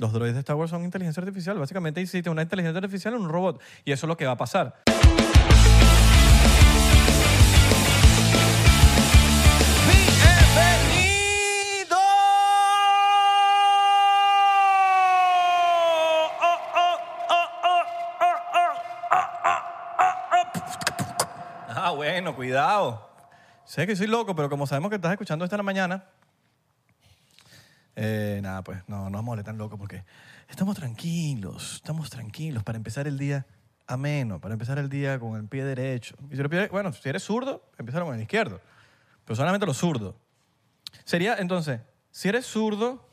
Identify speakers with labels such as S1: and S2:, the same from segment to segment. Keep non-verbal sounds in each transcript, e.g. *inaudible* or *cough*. S1: Los droides de Star Wars son inteligencia artificial. Básicamente hiciste una inteligencia artificial en un robot. Y eso es lo que va a pasar.
S2: Bienvenido oh, oh, oh, oh, oh, oh,
S1: Ah, bueno, cuidado. Sé que soy loco, pero como sabemos que estás escuchando esto en la mañana, eh, nada, pues no, no nos vamos a volver tan locos porque estamos tranquilos, estamos tranquilos para empezar el día ameno, para empezar el día con el pie derecho. Y si el pie- bueno, si eres zurdo, empieza con el izquierdo, pero solamente los zurdos. Sería, entonces, si eres zurdo,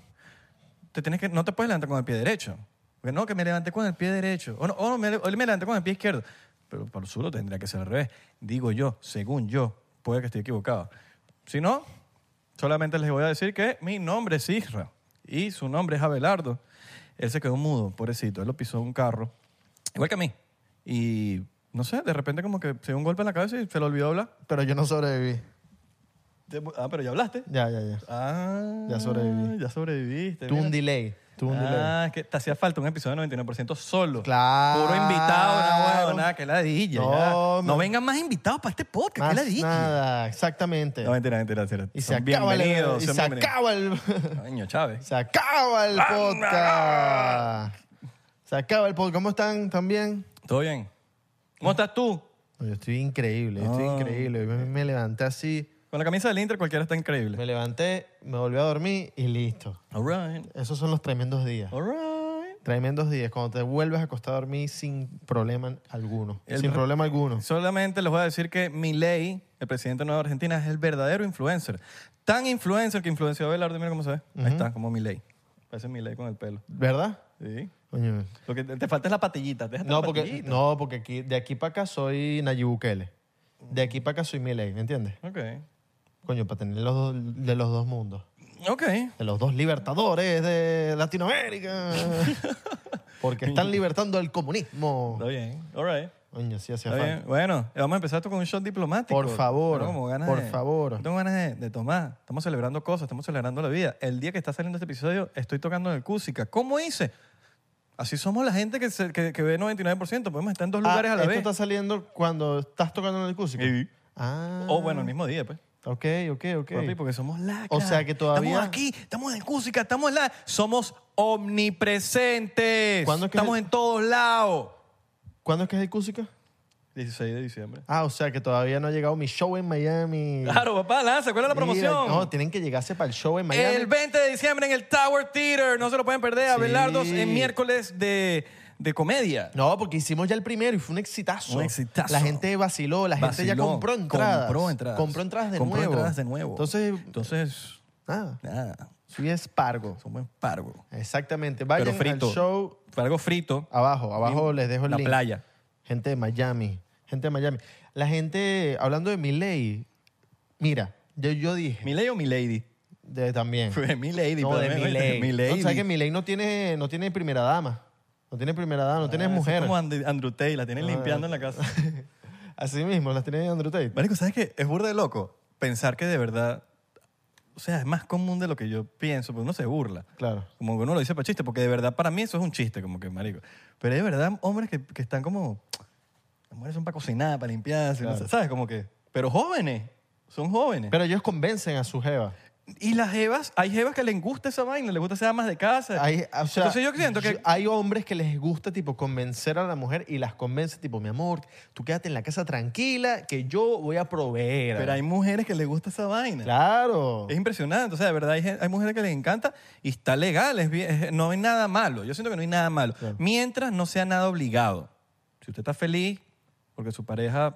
S1: te tienes que, no te puedes levantar con el pie derecho. Porque no, que me levanté con el pie derecho. O, no, o me, hoy me levanté con el pie izquierdo. Pero para el zurdo tendría que ser al revés. Digo yo, según yo, puede que esté equivocado. Si no, solamente les voy a decir que mi nombre es Isra y su nombre es Abelardo. Él se quedó mudo, pobrecito. Él lo pisó un carro, igual que a mí. Y no sé, de repente como que se dio un golpe en la cabeza y se le olvidó hablar.
S3: Pero yo no sobreviví.
S1: Te- Ah, pero ya hablaste.
S3: Ya, ya, ya.
S1: Ah,
S3: Ya sobreviví.
S1: Ya sobreviviste.
S3: Tuve
S1: mira.
S3: un delay. Tuve un delay.
S1: Ah, es que te hacía falta un episodio de 99% solo.
S3: Claro.
S1: Puro invitado, nada, nada, que ladilla.
S3: No,
S1: ya. No,
S3: no.
S1: vengan más invitados para este podcast, que
S3: Más
S1: ladilla.
S3: nada, exactamente.
S1: No, mentira, mentira, mentira.
S3: y se
S1: Son
S3: acaba el,
S1: bienvenidos,
S3: y
S1: son
S3: se
S1: bienvenidos.
S3: acaba el *laughs*
S1: Coño, Chávez.
S3: se acaba el podcast. Se acaba el podcast. ¿Cómo están? ¿Están bien?
S1: ¿Todo bien? ¿Cómo estás tú?
S3: No, yo estoy increíble, yo estoy
S1: No.
S3: increíble. Hoy Me, me levanté así,
S1: Con la camisa del Inter cualquiera está increíble.
S3: me levanté, me volví a dormir y listo.
S1: All right,
S3: Esos son los tremendos días.
S1: all right.
S3: Tremendos días, cuando te vuelves a acostar a dormir sin problema alguno.
S1: El
S3: sin
S1: re-
S3: problema alguno.
S1: Solamente les voy a decir que Milei, el presidente de Nueva Argentina, es el verdadero influencer. Tan influencer que influenció a Belardo, mira cómo se ve. Ahí está, como Milei. Parece Milei con el pelo.
S3: ¿Verdad?
S1: Sí.
S3: Coño.
S1: Lo que te te falta es la patillita. *laughs* déjate
S3: No,
S1: la
S3: porque,
S1: patillita.
S3: no, porque aquí, de aquí para acá soy Nayib Bukele. De aquí para acá soy Milei, ¿me entiendes?
S1: Ok.
S3: Coño, para tener los dos, de los dos mundos.
S1: Ok.
S3: De los dos libertadores de Latinoamérica.
S1: *laughs*
S3: Porque están libertando al comunismo.
S1: Está bien. All right.
S3: Coño, sí
S1: Está
S3: hacía falta.
S1: bien. Bueno, eh, vamos a empezar esto con un shot diplomático.
S3: Por favor,
S1: Tengo como ganas
S3: por
S1: de-
S3: favor.
S1: Tengo ganas de, de tomar. Estamos celebrando cosas, estamos celebrando la vida. El día que está saliendo este episodio, estoy tocando en el Cúsica. ¿Cómo hice? Así somos la gente que, se- que, que ve 99%. Podemos estar en dos lugares
S3: Ah,
S1: a la
S3: esto
S1: vez.
S3: está saliendo cuando estás tocando en el acústico.
S1: Sí.
S3: Ah.
S1: O bueno, el mismo día, pues.
S3: Ok, ok, ok.
S1: Papi, porque somos la.
S3: O sea que todavía-
S1: Estamos aquí, estamos en Cúsica, estamos en la. Somos omnipresentes.
S3: ¿Cuándo es que
S1: estamos
S3: es el-
S1: en todos lados.
S3: ¿Cuándo es que es el acústico?
S1: 16 de diciembre.
S3: Ah, o sea que todavía no ha llegado mi show en Miami.
S1: Claro, papá, lanza. ¿Cuál es la Ah, promoción?
S3: Mira, no, tienen que llegarse para el show en Miami.
S1: El 20 de diciembre en el Tower Theater. No se lo pueden perder.
S3: Sí.
S1: Abelardos en miércoles de, de comedia.
S3: No, porque hicimos ya el primero y fue un exitazo.
S1: Un exitazo.
S3: La gente vaciló, la gente ya
S1: Vaciló,
S3: compró entradas.
S1: Compró entradas.
S3: Compró entradas de
S1: Compró
S3: nuevo.
S1: entradas de nuevo.
S3: Entonces,
S1: Entonces,
S3: nada,
S1: nada.
S3: soy espargo.
S1: Somos espargo.
S3: Exactamente. Vayan
S1: Pero frito.
S3: al show
S1: Algo frito.
S3: abajo, abajo
S1: Y
S3: les dejo el
S1: la
S3: link.
S1: playa.
S3: Gente de Miami, gente de Miami. La gente, hablando de Miley, mira, yo, yo dije,
S1: ¿Milady o Milady? *laughs*
S3: de, también.
S1: Fue Milady.
S3: No,
S1: pero
S3: de
S1: bueno,
S3: Miley.
S1: Milady.
S3: No, ¿sabes que Miley no tiene, no tiene primera dama? No tiene primera dama, no tiene
S1: Ah, eso es
S3: mujer. *laughs* Ah.
S1: Como Andrew, Andrew Tate, la tienen limpiando en la casa.
S3: Así mismo, las tiene Andrew Tate.
S1: Marico, ¿sabes qué? Es burda de loco pensar que de verdad, o sea, es más común de lo que yo pienso, porque uno se burla.
S3: Claro.
S1: Como que uno lo dice para chiste, porque de verdad para mí eso es un chiste, como que, marico. Pero hay de verdad hombres que, que están como, las mujeres son para cocinar, para limpiarse, no sé, ¿sabes? Como que, pero jóvenes, son jóvenes.
S3: Pero ellos convencen a su jeva.
S1: y las jevas, hay jevas que les gusta esa vaina, les gusta ser amas de casa.
S3: Hay, o sea,
S1: Entonces yo siento que...
S3: yo- hay hombres que les gusta tipo convencer a la mujer y las convence tipo, mi amor, tú quédate en la casa tranquila que yo voy a proveer.
S1: pero hay mujeres que les gusta esa vaina.
S3: Claro.
S1: Es impresionante, o sea, de verdad hay, gen- hay mujeres que les encanta y está legal, es bien- es- no hay nada malo. Yo siento que no hay nada malo. Mientras no sea nada obligado. Si usted está feliz porque su pareja,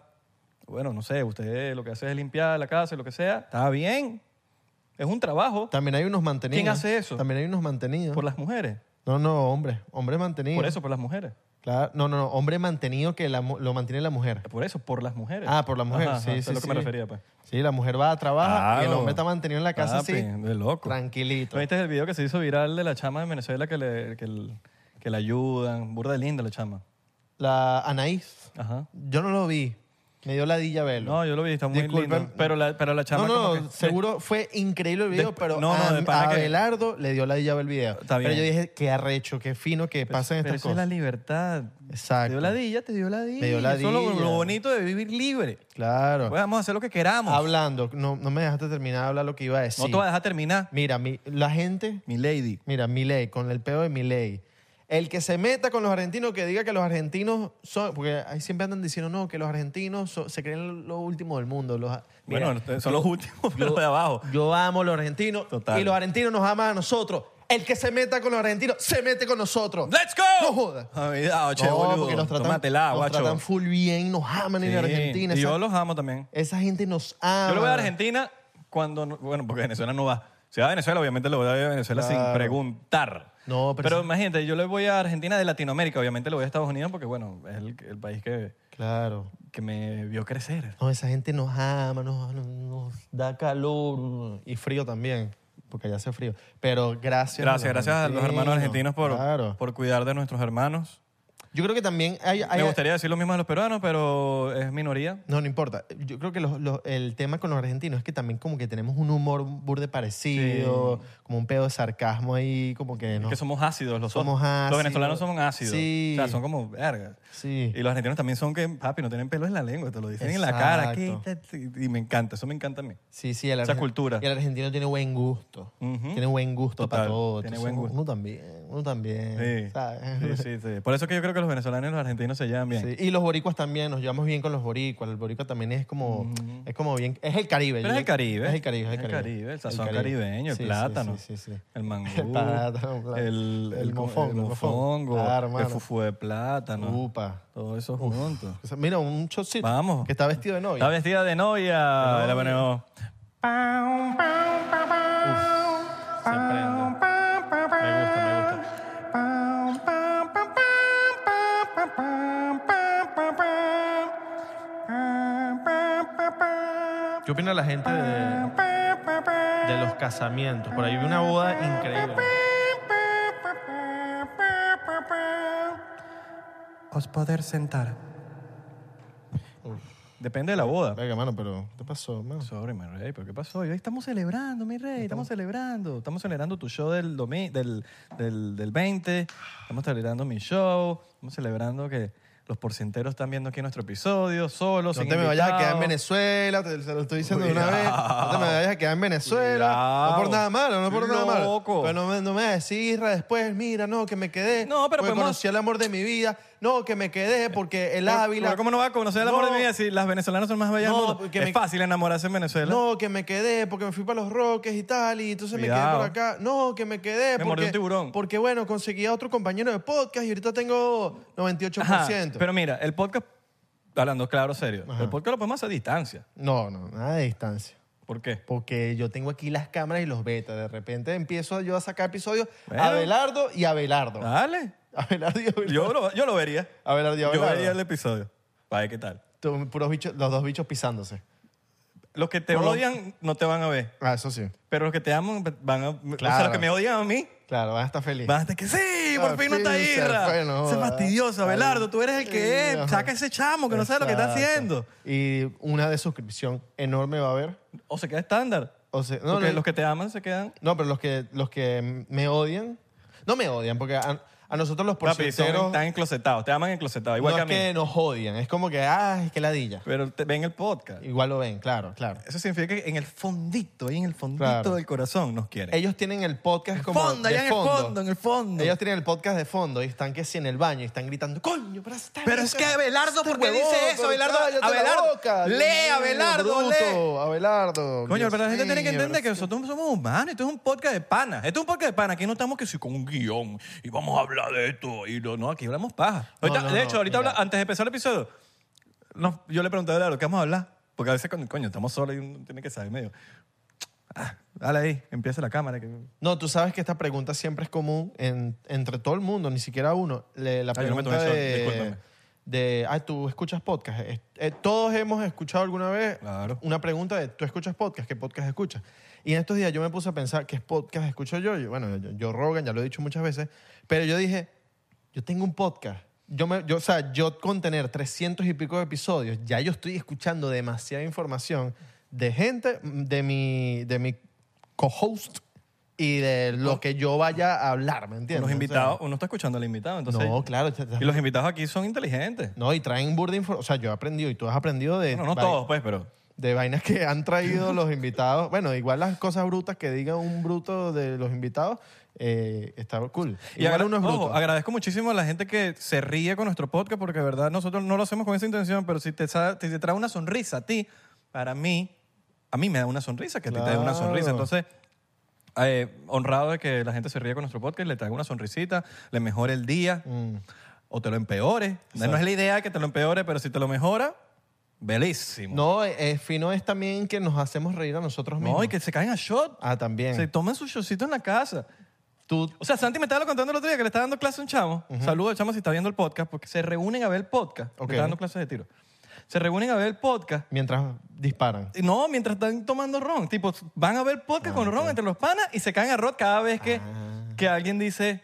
S1: bueno, no sé, usted lo que hace es limpiar la casa y lo que sea, está bien. Es un trabajo
S3: También hay unos mantenidos.
S1: ¿Quién hace eso?
S3: También hay unos mantenidos.
S1: por las mujeres.
S3: No, no, hombres. Hombres mantenidos.
S1: Por eso, por las mujeres.
S3: Claro. No, no, no. Hombre mantenido que la mu- lo mantiene la mujer.
S1: Por eso, por las mujeres.
S3: Ah, por la mujer,
S1: Ajá,
S3: sí,
S1: ajá, es
S3: sí,
S1: a lo que me
S3: sí.
S1: refería, pues.
S3: Sí, la mujer va a trabajar y el
S1: Claro.
S3: hombre está mantenido en la casa
S1: Papi,
S3: así.
S1: de loco.
S3: Tranquilito.
S1: ¿No viste el video que se hizo viral de la chama de Venezuela que le, que el- que la ayudan? Burda de linda la chama.
S3: La Anaís.
S1: Ajá.
S3: Yo no lo vi. Me dio la dilla verlo.
S1: No, yo lo vi, está muy
S3: Disculpen.
S1: lindo. Pero la, pero la chama
S3: No, no,
S1: como
S3: no,
S1: que-
S3: seguro fue increíble el video,
S1: Desp-
S3: pero
S1: no, no,
S3: a,
S1: de pana
S3: a
S1: que-
S3: Abelardo le dio la dilla ver el video.
S1: Está bien.
S3: Pero yo dije, qué arrecho, qué fino que pasen
S1: Pero
S3: estas
S1: eso es la
S3: cosas.
S1: libertad. Te
S3: Exacto.
S1: dio la dilla, te dio la dilla.
S3: dio la
S1: Eso es lo,
S3: dilla.
S1: lo bonito de vivir libre.
S3: Claro.
S1: Pues vamos a hacer lo que queramos.
S3: Hablando, no, no me dejaste terminar de hablar lo que iba a decir.
S1: No te vas a dejar terminar,
S3: Mira, mi- la gente,
S1: mi lady.
S3: mira, Milei, con el peo de Milei. El que se meta con los argentinos, que diga que los argentinos son. Porque ahí siempre andan diciendo, no, que los argentinos son- se creen lo último del mundo. Los, mira,
S1: bueno, son los últimos, pero de abajo.
S3: Yo amo a los argentinos
S1: Total.
S3: y los argentinos nos aman a nosotros. El que se meta con los argentinos se mete con nosotros.
S1: ¡Let's go!
S3: No jodas.
S1: Cuidado, che,
S3: no,
S1: boludo.
S3: porque nos tratan,
S1: Tómatela,
S3: nos
S1: guacho.
S3: tratan full bien, nos aman en
S1: Sí,
S3: Argentina.
S1: Y
S3: Esa,
S1: yo los amo también.
S3: esa gente nos ama.
S1: Yo lo voy a Argentina cuando. no- bueno, porque Venezuela no va. Si va a Venezuela, obviamente lo voy a ir a Venezuela sin
S3: Claro.
S1: preguntar.
S3: No, pero sí.
S1: imagínate, yo le voy a Argentina de Latinoamérica, obviamente le voy a Estados Unidos porque, bueno, es el, el país que,
S3: Claro.
S1: que me vio crecer.
S3: No, esa gente nos ama, nos, nos da calor y frío también, porque allá hace frío. Pero gracias. a los
S1: Gracias, gracias a los hermanos argentinos por,
S3: Claro.
S1: por cuidar de nuestros hermanos.
S3: Yo creo que también hay. hay-
S1: Me gustaría decir lo mismo de los peruanos, pero es minoría.
S3: No, no importa. Yo creo que los- los- el tema con los argentinos es que también como que tenemos un humor burde parecido, como un pedo de sarcasmo ahí, como que no.
S1: Es que somos ácidos los
S3: Somos
S1: otros.
S3: ácidos.
S1: Los venezolanos somos ácidos.
S3: Sí.
S1: O sea, son como verga.
S3: Sí.
S1: Y los argentinos también son que, papi, no tienen pelo en la lengua, te lo dicen en la cara.
S3: Exacto.
S1: ¿qué? Y me encanta, eso me encanta a mí.
S3: Sí, sí, el
S1: esa
S3: argen-
S1: cultura.
S3: Y el argentino tiene buen gusto.
S1: Ujú.
S3: Tiene buen gusto para
S1: Total,
S3: todo.
S1: tiene
S3: Entonces,
S1: buen gusto.
S3: Uno también, uno también.
S1: Sí.
S3: ¿sabes? *laughs*
S1: Sí, sí, sí. Por eso es que yo creo que los venezolanos y los argentinos se llevan bien.
S3: Sí, Y los boricuas también, nos llevamos bien con los boricuas. El boricua también es como, es como bien, es el Caribe.
S1: Pero es
S3: yo-
S1: el Caribe.
S3: Es el Caribe, es el
S1: Es el
S3: Caribe.
S1: Caribe, el
S3: El
S1: sazón
S3: Caribe.
S1: caribeño, el
S3: Sí, sí,
S1: plátano.
S3: sí, sí, sí.
S1: El mangú.
S3: El plátano, claro.
S1: El,
S3: El mofongo,
S1: El
S3: el mofongo.
S1: mofongo.
S3: Claro,
S1: el
S3: hermano.
S1: fufu de plátano.
S3: Upa.
S1: Todo eso junto.
S3: O sea, Mira, un chocito.
S1: Vamos.
S3: Que está vestido de novia.
S1: Está vestida de novia. La ponemos. Se prende. Me gusta, me gusta.
S3: ¿Qué opina la gente de, de los casamientos? Por ahí vi una boda increíble.
S1: Os poder sentar. Depende de la boda.
S3: Venga, mano, pero ¿qué pasó, mano?
S1: Sorry, mi rey, pero ¿qué pasó? Y hoy estamos celebrando, mi rey, estamos celebrando. Estamos celebrando tu show del, domi- del, del, del 20, estamos celebrando mi show, estamos celebrando que los porcenteros están viendo aquí nuestro episodio, solo,
S3: No te me vayas a quedar en Venezuela, te, se lo estoy diciendo de una vez. No te me vayas a quedar en Venezuela. No por nada malo, no por nada malo.
S1: Loco.
S3: Pero no me, no me decís después, mira, no, que me quedé.
S1: No, pero
S3: porque
S1: podemos-
S3: conocí el amor de mi vida. No, que me quedé porque el Ávila.
S1: ¿Cómo no va a conocer el amor
S3: No.
S1: de mi vida si las venezolanas son más bellas
S3: No,
S1: del mundo?
S3: porque
S1: es
S3: me-
S1: fácil enamorarse en Venezuela.
S3: No, que me quedé porque me fui para los Roques y tal, y entonces me quedé
S1: Cuidado.
S3: por acá. No, que me quedé
S1: Me mordió
S3: porque,
S1: un tiburón.
S3: porque, bueno, conseguí a otro compañero de podcast y ahorita tengo 98%.
S1: Ajá, Pero mira, el podcast, hablando claro, serio, el podcast lo podemos hacer a distancia.
S3: No, no, nada de distancia.
S1: ¿Por qué?
S3: Porque yo tengo aquí las cámaras y los betas. De repente empiezo yo a sacar episodios
S1: Bueno.
S3: Abelardo y Abelardo.
S1: Dale.
S3: Abelardo y Abelardo.
S1: Yo lo, yo lo vería.
S3: Abelardo y
S1: Yo
S3: Abelardo.
S1: vería el episodio. Para ver qué tal.
S3: Tú, puros bichos- los dos bichos pisándose.
S1: Los que te
S3: Por lo-
S1: odian no te van a ver.
S3: Ah, eso sí.
S1: Pero los que te aman van a. O sea,
S3: Claro.
S1: los que me odian a mí
S3: Claro, van a estar felices.
S1: van a estar que sí, por
S3: Ah,
S1: fin no está
S3: sí, se fue,
S1: Irra.
S3: no
S1: Ese
S3: joda.
S1: fastidioso, Abelardo. Tú eres el que
S3: Sí,
S1: es. Saca ese chamo que no sabe lo que está
S3: Exacto.
S1: haciendo.
S3: Y una de suscripción enorme va a haber.
S1: O se queda estándar.
S3: O sea, no,
S1: Porque
S3: no,
S1: los que te aman se quedan.
S3: no, pero los que, los que me odian, no me odian, porque a, a nosotros los
S1: Papi, son-
S3: porcenteros
S1: están enclosetados. Te aman enclosetados. Igual
S3: no
S1: que
S3: es
S1: a mí.
S3: que nos odian, es como que, ay, que ladilla.
S1: Pero te- ven el podcast.
S3: Igual lo ven, claro, claro.
S1: Eso significa que en el fondito, ahí en el fondito
S3: Claro.
S1: del corazón nos quieren.
S3: Ellos tienen el podcast como
S1: fondo,
S3: de
S1: allá en el
S3: fondo.
S1: fondo, en el fondo.
S3: Ellos tienen el podcast de fondo y están que si en el baño y están gritando, coño, pero está
S1: Pero es que Abelardo,
S3: Este
S1: ¿por qué dice eso? Abelardo, Abelardo,
S3: Abelardo,
S1: lee, Abelardo,
S3: bruto, Abelardo.
S1: Coño, pero la gente tiene que
S3: Dios mío,
S1: entender que nosotros somos humanos. Esto es un podcast de pana. Esto es un podcast de pana. Aquí no estamos que si con un guión y vamos a hablar de esto. Y no, no, aquí hablamos paja. Ahorita-
S3: no,
S1: de
S3: no,
S1: hecho, ahorita
S3: mira.
S1: habla- antes de empezar el episodio, no, yo le pregunté a Abelardo, ¿qué vamos a hablar? Porque a veces, coño, coño, estamos solos y uno tiene que saber medio. Ah, dale ahí, empieza la cámara. que-
S3: No, tú sabes que esta pregunta siempre es común en- entre todo el mundo, ni siquiera uno. Le- la
S1: Ah, yo no me
S3: pregunta
S1: tomé el shot,
S3: de,
S1: discúlpame.
S3: de, ah, tú escuchas podcast. Es- eh, todos hemos escuchado alguna vez
S1: Claro.
S3: una pregunta de, ¿tú escuchas podcast? ¿Qué podcast escuchas? Y en estos días yo me puse a pensar, ¿qué podcast escucho yo? Yo, bueno, yo, yo Rogan, ya lo he dicho muchas veces, pero yo dije, yo tengo un podcast. Yo me, yo, o sea, yo con tener 300 y pico de episodios, ya yo estoy escuchando demasiada información de gente, de mi, de mi co-host y de lo que yo vaya a hablar, ¿me entiendes?
S1: Los
S3: O sea,
S1: invitados, uno está escuchando al invitado. Entonces,
S3: no, claro. te- te-
S1: Y los invitados aquí son inteligentes.
S3: No, y traen burda información. O sea, yo he aprendido y tú has aprendido de,
S1: Bueno, no
S3: vai-
S1: todos, pues, pero.
S3: de vainas que han
S1: *laughs*
S3: traído los invitados. Bueno, igual las cosas brutas que diga un bruto de los invitados eh, está cool.
S1: Y
S3: igual
S1: agra-
S3: uno es
S1: ojo,
S3: bruto.
S1: agradezco muchísimo a la gente que se ríe con nuestro podcast porque, de verdad, nosotros no lo hacemos con esa intención, pero si te, sa- si te trae una sonrisa a ti, para mí, a mí me da una sonrisa, que a ti te da una
S3: Claro.
S1: sonrisa. Entonces, eh, honrado de que la gente se ríe con nuestro podcast, le traiga una sonrisita, le mejore el día
S3: Mm.
S1: o te lo empeore. No es la idea que te lo empeore, pero si te lo mejora, belísimo.
S3: No, eh, eh, fino es también que nos hacemos reír a nosotros mismos.
S1: No, y que se caen a shot.
S3: Ah, también.
S1: Se toman su shotcito en la casa.
S3: Tú,
S1: O sea, Santi me estaba contando el otro día que le estaba dando clase a un chamo. Saludos al chamo si está viendo el podcast, porque se reúnen a ver el podcast. Le
S3: Ok.
S1: está dando clases de tiro. Se reúnen a ver el podcast.
S3: mientras disparan.
S1: Y No, mientras están tomando ron. Tipo, van a ver el podcast
S3: Ah,
S1: con ron entre los panas y se caen a ron cada vez que, que alguien dice.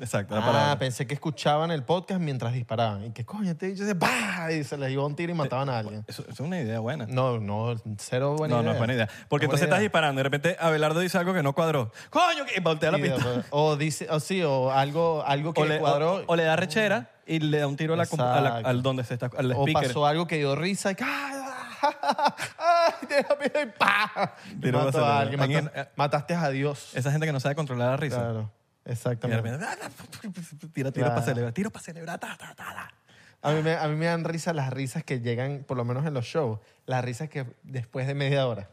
S1: Exacto, la
S3: Ah,
S1: palabra.
S3: pensé que escuchaban el podcast mientras disparaban. Y que coño, te dice, ¡bah! Y se les iba un tiro y mataban a alguien.
S1: Eso, eso es una idea buena.
S3: No, no, cero buena
S1: no,
S3: idea.
S1: no es buena idea. Porque
S3: No es
S1: entonces
S3: buena
S1: estás
S3: idea.
S1: disparando y de repente Abelardo dice algo que no cuadró. ¡Coño! que-" Y voltea la
S3: Y
S1: pistola.
S3: después- O dice, o sí, o algo, algo que
S1: O le,
S3: cuadró. Ah.
S1: o- o le da rechera y le da un tiro a la, compu- a la-
S3: Exacto.
S1: al donde se está al
S3: O
S1: speaker.
S3: pasó algo que dio risa y que, *laughs* ¡ah! ¡ah! déjame ir", y ¡pa! Y
S1: Tiró
S3: mató
S1: esa-
S3: a alguien.
S1: alguien- eh,
S3: mató- mataste a Dios.
S1: Esa gente que no sabe controlar la risa.
S3: Claro,
S1: Y de
S3: exactamente.
S1: repente, *laughs* ah, ah, tira, tiro
S3: Claro.
S1: para celebrar, tiro para celebrar, ta, ta, ta, ta.
S3: A mí, me, a mí me dan risa las risas que llegan, por lo menos en los shows, las risas que después de media hora.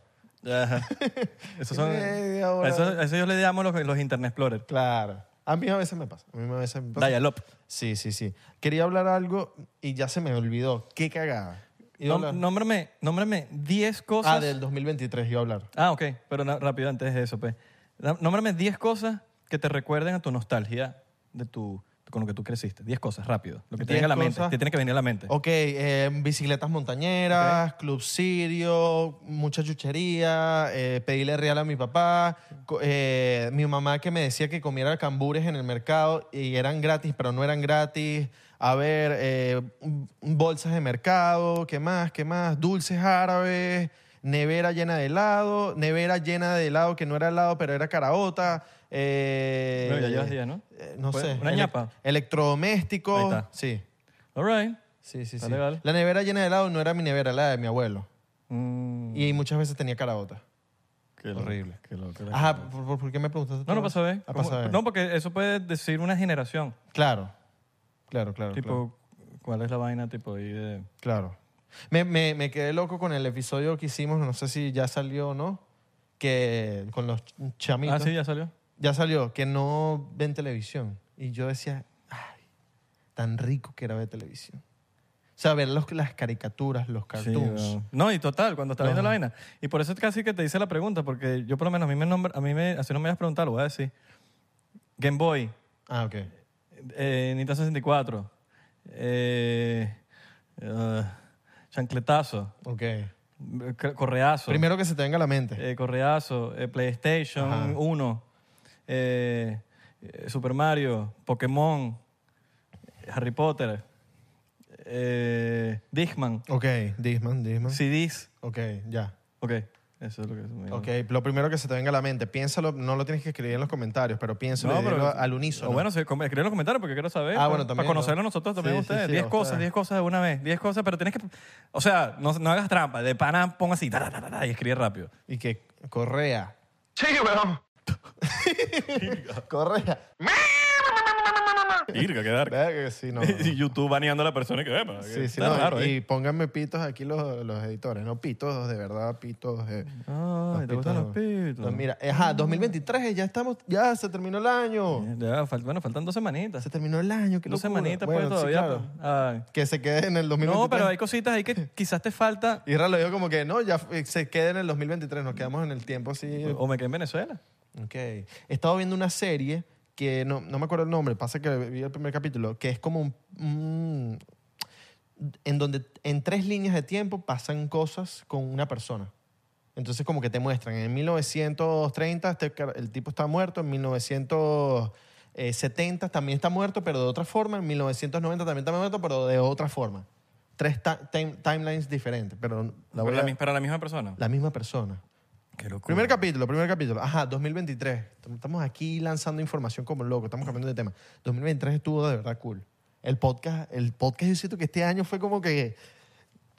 S1: Ajá. *laughs* Esos son,
S3: Media hora.
S1: eso, eso yo le llamo los, los Internet Explorer.
S3: Pues, Claro. A mí a veces me pasa. A mí a veces me pasa.
S1: Dialop.
S3: Sí, sí, sí. Quería hablar algo y ya se me olvidó. Qué cagada. Iba a hablar-
S1: Nómbrame, nómbrame 10 cosas.
S3: ah, del 2023 iba a hablar.
S1: Ah, ok, pero na- rápido antes de eso, pues. Ná- Nómbrame 10 cosas que te recuerden a tu nostalgia de tu, con lo que tú creciste. 10 cosas, rápido. Lo que te
S3: 10
S1: venga a la mente.
S3: cosas.
S1: Te tiene que venir a la mente.
S3: Ok, eh, bicicletas montañeras, club sirio, mucha chuchería, eh, pedirle real a mi papá, co- eh, mi mamá que me decía que comiera cambures en el mercado y eran gratis, pero no eran gratis. a ver eh, m- bolsas de mercado, ¿qué más? ¿Qué más? Dulces árabes, nevera llena de helado, nevera llena de helado que no era helado, pero era caraota. eh,
S1: Bueno, ya llevas día, ¿no?
S3: eh, no
S1: Pues,
S3: sé.
S1: una
S3: elec-
S1: ñapa.
S3: Electrodomésticos.
S1: Ahí está.
S3: Sí.
S1: All right.
S3: Sí, sí,
S1: Está
S3: sí.
S1: legal.
S3: La nevera llena de helado no era mi nevera, era la de mi abuelo.
S1: Mm,
S3: Y muchas veces tenía caraota.
S1: qué loco,
S3: horrible. Ah,
S1: qué loco, qué loco.
S3: Ajá, ¿por, por- por qué me preguntaste?
S1: pues. No,
S3: tú?
S1: no pasa bien.
S3: Ah, pasa bien.
S1: No, porque eso puede decir una generación.
S3: Claro. Claro, claro. claro.
S1: Tipo, ¿cuál es la vaina? Tipo, ahí de...
S3: Claro. Me, me- me quedé loco con el episodio que hicimos, no sé si ya salió o no, que con los ch- chamitos.
S1: Ah, sí, ya salió.
S3: Ya salió, que no ven televisión. Y yo decía, ay, tan rico que era ver televisión. O sea, ver los- las caricaturas, los cartoons.
S1: Sí, no. No, y total, cuando estás viendo
S3: Ajá.
S1: la vaina. Y por eso casi que te hice la pregunta, porque yo por lo menos a mí me nombra, a mí me, así no me ibas a preguntar, lo voy a decir. Game Boy,
S3: Ah, ok.
S1: eh, Nintendo 64, eh, eh, chancletazo,
S3: Ok.
S1: eh, c- correazo,
S3: Primero que se te venga a la mente.
S1: eh, correazo, eh, PlayStation
S3: Ajá.
S1: 1, eh, eh, Super Mario, Pokémon, Harry Potter, eh, Digman,
S3: Ok, Disman, Disman.
S1: CDs.
S3: Ok, ya.
S1: Ok, eso es lo que se me
S3: Ok, lo primero que se te venga a la mente. Piénsalo, no lo tienes que escribir en los comentarios, pero piénsalo y dilo al unísono.
S1: O bueno, sí, com- escribe en los comentarios porque quiero saber.
S3: Ah, bueno,
S1: para-
S3: también,
S1: Para conocerlo
S3: ¿no?
S1: nosotros también
S3: Sí, sí,
S1: ustedes.
S3: sí,
S1: 10
S3: a
S1: cosas,
S3: ustedes.
S1: 10 cosas de una vez. 10 cosas, pero tienes que. O sea, no, no hagas trampa. De pana, pon así, ta, ta, ta, ta, ta, y escribe rápido.
S3: Y que Correa. Sí, weón. *laughs* Correa.
S1: Irga, qué dark.
S3: Verga, que sí, no.
S1: *laughs* Y YouTube baneando a la persona que eh". ve.
S3: Sí, sí, no,
S1: claro.
S3: y pónganme pitos aquí los, los editores, no pitos de verdad, pitos. eh,
S1: Ay,
S3: los
S1: te gustan los
S3: No,
S1: pitos.
S3: mira, ajá, 2023, ya estamos, ya se terminó el año.
S1: Ya, fal- bueno, faltan dos semanitas.
S3: Se terminó el año, qué
S1: Dos
S3: locura.
S1: semanitas,
S3: Bueno,
S1: pues
S3: sí,
S1: todavía.
S3: claro.
S1: pues. Ay.
S3: Que se quede en el 2023.
S1: No, pero hay cositas ahí
S3: *laughs*
S1: que quizás te falta.
S3: Y raro, yo como que no, ya eh, se quede en el 2023, nos quedamos en el tiempo así.
S1: O me quedé en Venezuela.
S3: Ok. He estado viendo una serie que no, no me acuerdo el nombre, pasa que vi el primer capítulo, que es como un... un- en donde en tres líneas de tiempo pasan cosas con una persona. Entonces como que te muestran, en 1930 este car- el tipo está muerto, en 1970 también está muerto, pero de otra forma, en 1990 también está muerto, pero de otra forma. Tres ta- time- timelines diferentes, pero la,
S1: Pero
S3: voy
S1: la
S3: a-
S1: mis- para la misma persona.
S3: la misma persona.
S1: Qué locura.
S3: Primer capítulo, primer capítulo. Ajá, 2023. Estamos aquí lanzando información como locos, estamos cambiando de tema. 2023 estuvo de verdad cool. El podcast, el podcast yo siento que este año fue como que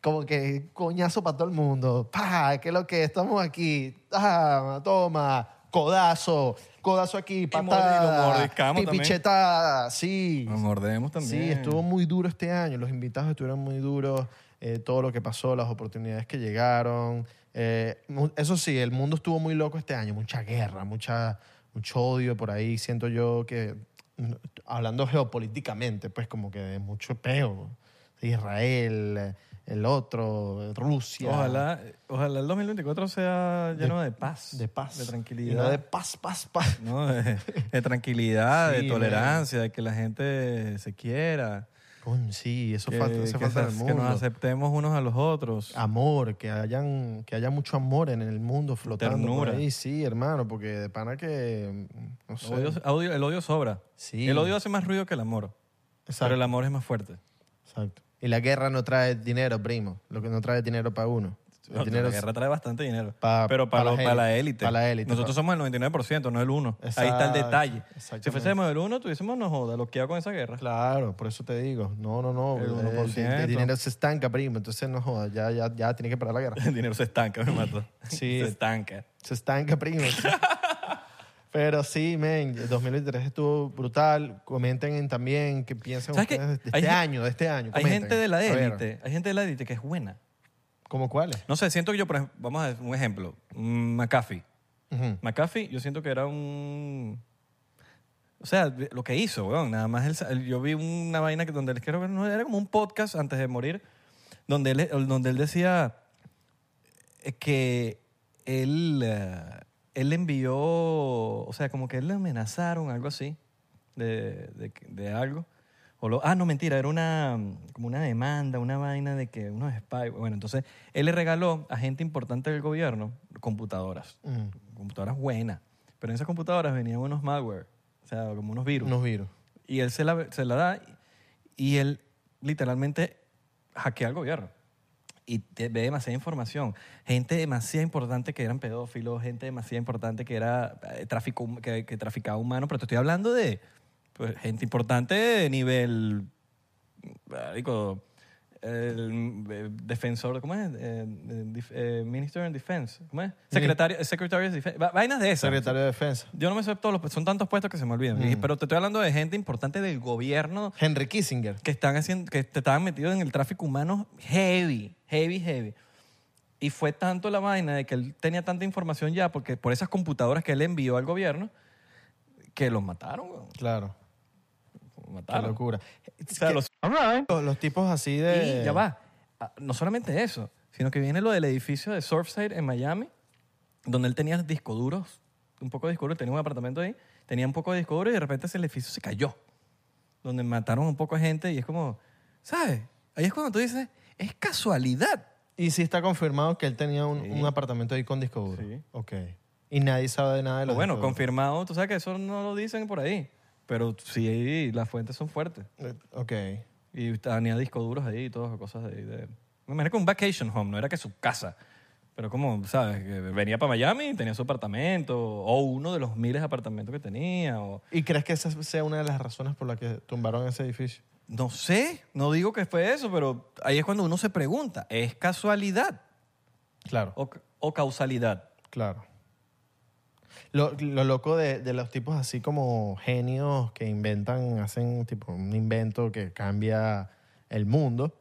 S3: como que coñazo para todo el mundo. Pa, qué es lo que estamos aquí. Ah, toma, codazo, codazo aquí,
S1: mordi- lo
S3: patada,
S1: mordiscamos también. Ah.
S3: pipichetada, sí.
S1: Nos mordemos también.
S3: Sí, estuvo muy duro este año. Los invitados estuvieron muy duros. eh, todo lo que pasó, las oportunidades que llegaron. Eh, mu- eso sí, el mundo estuvo muy loco este año. Mucha guerra, mucha, mucho odio por ahí. Siento yo que, mm, hablando geopolíticamente, pues como que de mucho peo. Israel, el otro, Rusia.
S1: Ojalá, eh, ojalá el 2024 sea lleno de, paz.
S3: De paz.
S1: De
S3: Y no
S1: tranquilidad.
S3: de paz, paz, paz.
S1: No, *laughs* de, de tranquilidad,
S3: Sí,
S1: de tolerancia, de que la gente se quiera.
S3: Coño, sí, eso
S1: que,
S3: falta, hace
S1: que
S3: falta en el
S1: se-
S3: mundo. Ah,
S1: que nos aceptemos unos a los otros.
S3: amor, que hayan que haya mucho amor en el mundo flotando
S1: Ternura.
S3: por ahí, sí, hermano, porque de pana que mm, no sé.
S1: Odio- audio- el odio sobra.
S3: Sí.
S1: El odio hace más ruido que el amor. Pero
S3: exacto,
S1: el amor es más fuerte.
S3: exacto. Y la guerra no trae dinero, primo, lo que no trae dinero para uno. El
S1: No,
S3: dinero
S1: la guerra trae bastante dinero.
S3: Pa-
S1: pero
S3: pa
S1: para,
S3: la
S1: lo-
S3: élite.
S1: para la élite. pues.
S3: Pa la élite,
S1: Nosotros
S3: pa-
S1: somos el 99%, no el 1. Ahí está el
S3: Exacto,
S1: detalle. Si
S3: exactamente.
S1: fuésemos el 1, tuviésemos nos joda, loqueado con esa guerra.
S3: Claro, por eso te digo. No, no, no.
S1: El
S3: El,
S1: 1%.
S3: el dinero se estanca, primo. Entonces, no jodas, ya, ya, ya tiene que
S1: *laughs*
S3: parar la guerra.
S1: El dinero se estanca, me mató.
S3: Sí.
S1: Se estanca.
S3: Se estanca,
S1: *laughs*
S3: primo. Pero sí, men, el 2023 estuvo brutal. Comenten en- también qué piensan
S1: ¿Sabes qué?
S3: ustedes de
S1: Hay
S3: este
S1: gen-
S3: año, de este año.
S1: Hay
S3: Comenten.
S1: gente de
S3: A
S1: la
S3: ver,
S1: élite, hay gente de la élite que es buena.
S3: ¿Cómo cuáles?
S1: No sé, siento que yo, por ejemplo, vamos a hacer un ejemplo, Mm, McAfee.
S3: Ujú.
S1: McAfee, yo siento que era un... O sea, de- lo que hizo, weón, nada más él sa- él- yo vi una vaina que donde él creo que no era como un podcast antes de morir, donde él, donde él decía eh, que él, eh, él envió, o sea, como que él le amenazaron, algo así, de, de, de algo. O lo- ah, no, mentira, era una, mm, como una demanda, una vaina de que unos spy. Bueno, entonces él le regaló a gente importante del gobierno computadoras, computadoras buenas. Pero en esas computadoras venían unos malware, o sea, como unos virus.
S3: Unos virus.
S1: Y él se la, se la da y y él literalmente hackea al gobierno y te- ve demasiada información. Gente demasiado importante que eran pedófilos, gente demasiado importante que era eh, tráfico, hum- que, que traficaba humanos, pero te estoy hablando de pues, gente importante de nivel marico, el, eh, defensor, ¿cómo es? Eh, dif- eh, Minister in Defense, ¿cómo es? Secretario, Secretary of Defense, va- vainas de esas.
S3: Secretario de Defensa.
S1: Yo no me sé todos los, son tantos puestos que se me olvidan. Y- Pero te estoy hablando de gente importante del gobierno
S3: Henry Kissinger.
S1: que están haciendo, que te estaban metidos en el tráfico humano heavy, heavy, heavy. Y fue tanto la vaina de que él tenía tanta información ya, porque por esas computadoras que él envió al gobierno, que los mataron, weón.
S3: Claro.
S1: Los
S3: Qué
S1: mataron.
S3: locura.
S1: O sea, los-
S3: Los, los tipos así de...
S1: ¿Eh? y ya va. Ah, No solamente eso, sino que viene lo del edificio de Surfside en Miami, donde él tenía disco duros, un poco de disco duro, tenía un apartamento ahí, tenía un poco de disco duro y de repente ese edificio se cayó, donde mataron un poco de gente y es como, ¿sabes? Ahí es cuando tú dices, es casualidad.
S3: Y sí está confirmado que él tenía un, un apartamento ahí con disco duro.
S1: Sí.
S3: Ok. Y nadie sabe de nada de
S1: Pero
S3: los
S1: bueno,
S3: discos duros.
S1: confirmado, tú sabes que eso no lo dicen por ahí, pero sí, las fuentes son fuertes.
S3: Eh, Ok.
S1: Y tenía discos duros ahí y todas cosas de, de... Me imagino que un vacation home, no era que su casa. Pero como, ¿sabes? Que venía para Miami y tenía su apartamento, o uno de los miles de apartamentos que tenía, o...
S3: ¿Y crees que esa sea una de las razones por la que tumbaron ese edificio?
S1: No sé, no digo que fue eso, pero ahí es cuando uno se pregunta, ¿es casualidad
S3: Claro.
S1: o, ca- o causalidad?
S3: Claro. Lo, lo loco de, de los tipos así como genios que inventan, hacen tipo un invento que cambia el mundo,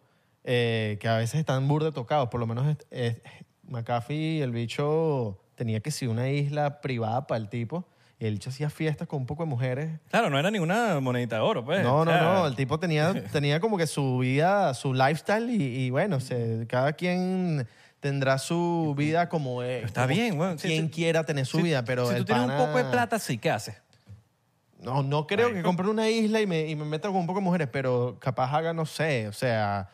S3: eh, que a veces están burde tocados. Por lo menos est- es- McAfee, el bicho, tenía que ser una isla privada para el tipo. Y el bicho hacía fiestas con un poco de mujeres.
S1: Claro, no era ninguna monedita de oro, pues.
S3: No,
S1: o
S3: no,
S1: sea,
S3: no. El tipo tenía, tenía como que su vida, su lifestyle y, y bueno, se- cada quien tendrá su vida como es.
S1: Está bien, bueno, sí,
S3: Quien
S1: sí.
S3: quiera tener su
S1: si-
S3: vida, pero
S1: Si tú
S3: el
S1: tienes
S3: pana-
S1: un poco de plata, sí, ¿qué haces?
S3: No, no creo que compre una isla y me, y me meta con un poco de mujeres, pero capaz haga, no sé, o sea,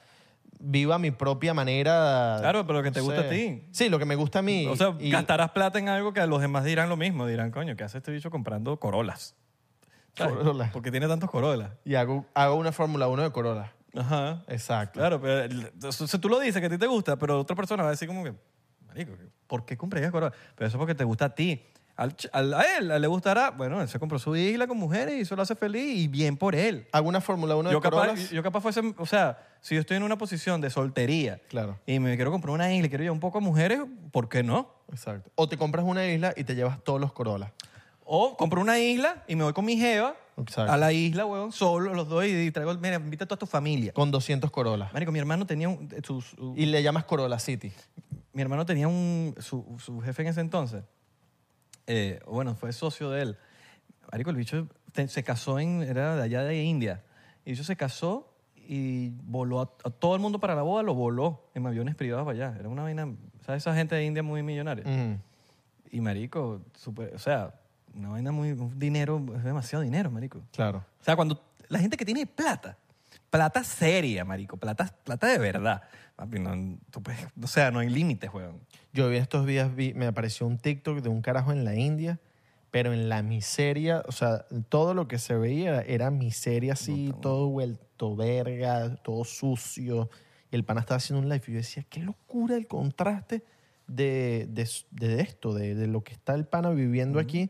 S3: viva mi propia manera.
S1: Claro, pero lo que
S3: no
S1: te gusta a ti.
S3: Sí, lo que me gusta a mí.
S1: O sea,
S3: y-
S1: gastarás plata en algo que a los demás dirán lo mismo. Dirán, coño, ¿qué hace este bicho comprando Corolas? ¿Sabes?
S3: Corolla.
S1: Porque tiene tantos Corolas.
S3: Y hago, hago una Fórmula 1 de Corolla.
S1: Ajá.
S3: Exacto.
S1: Claro, pero el- o sea, tú lo dices que a ti te gusta, pero otra persona va a decir como que, marico, ¿por qué comprarías Corolla? Pero eso es porque te gusta a ti. Al ch- al- a él a él le gustará, bueno, él se compró su isla con mujeres y eso lo hace feliz y bien por él.
S3: Hago una Fórmula 1 de
S1: Yo capaz,
S3: Corollas.
S1: yo capaz fuese, o sea, si yo estoy en una posición de soltería
S3: Claro.
S1: y me quiero comprar una isla y quiero llevar un poco de mujeres, ¿por qué no?
S3: Exacto. O te compras una isla y te llevas todos los Corollas.
S1: O compro una isla y me voy con mi jeva
S3: Exacto.
S1: a la isla, weón, solo los dos y traigo, mira, invita a toda tu familia.
S3: con 200 Corolla.
S1: Marico, mi hermano tenía un, su- su-
S3: Y le llamas Corolla City.
S1: mi hermano tenía un, su, su jefe en ese entonces, eh, bueno, fue socio de él. Marico, el bicho te- se casó en, era de allá de India, y el bicho se casó y voló a, a todo el mundo para la boda, lo voló en aviones privados para allá. Era una vaina, ¿sabes? Esa gente de India muy millonaria.
S3: Mm.
S1: Y marico, super- o sea, una vaina muy, un dinero, es demasiado dinero, marico.
S3: Claro.
S1: O sea, cuando la gente que tiene plata, plata seria, marico, plata, plata de verdad. Papi, no, tú puedes- o sea, no hay límites, weón.
S3: Yo vi estos días, vi- me apareció un TikTok de un carajo en la India, pero en la miseria, o sea, todo lo que se veía era miseria así, todo vuelto verga, todo sucio. Y el pana estaba haciendo un live y yo decía, qué locura el contraste de, de, de esto, de, de lo que está el pana viviendo aquí.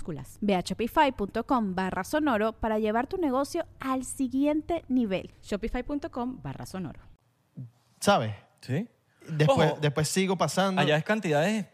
S4: Ve a shopify.com barra sonoro para llevar tu negocio al siguiente nivel.
S5: Shopify.com barra sonoro.
S3: ¿Sabes?
S1: ¿Sí?
S3: Después,
S1: Ojo,
S3: después sigo pasando.
S1: Allá es cantidades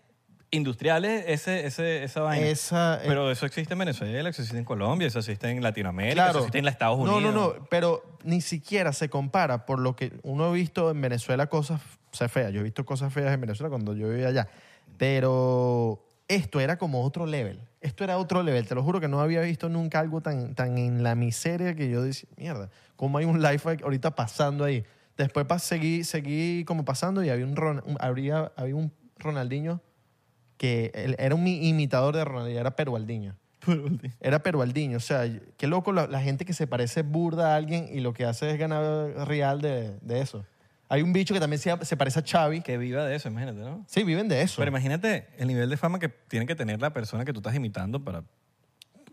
S1: industriales, ese, ese, esa vaina.
S3: Esa, eh,
S1: Pero eso existe en Venezuela, eso existe en Colombia, eso existe en Latinoamérica, eso
S3: claro.
S1: existe en los Estados
S3: No,
S1: Unidos.
S3: no, no, pero ni siquiera se compara por lo que uno ha visto en Venezuela cosas o sea, feas. Yo he visto cosas feas en Venezuela cuando yo vivía allá. Pero esto era como otro level. Esto era otro level. Te lo juro que no había visto nunca algo tan, tan en la miseria que yo decía, mierda, ¿cómo hay un life hack ahorita pasando ahí? Después pas- seguí, seguí como pasando y había un, Ron- un- habría- había un Ronaldinho que él- era un mi- imitador de Ronaldinho, era Perualdiño. Era Perualdiño, o sea, qué loco la, la gente que se parece burda a alguien y lo que hace es ganar real de, de eso. Hay un bicho que también se, se parece a Xavi.
S1: Que viva de eso, imagínate, ¿no?
S3: Sí, viven de eso.
S1: Pero imagínate el nivel de fama que tiene que tener la persona que tú estás imitando para,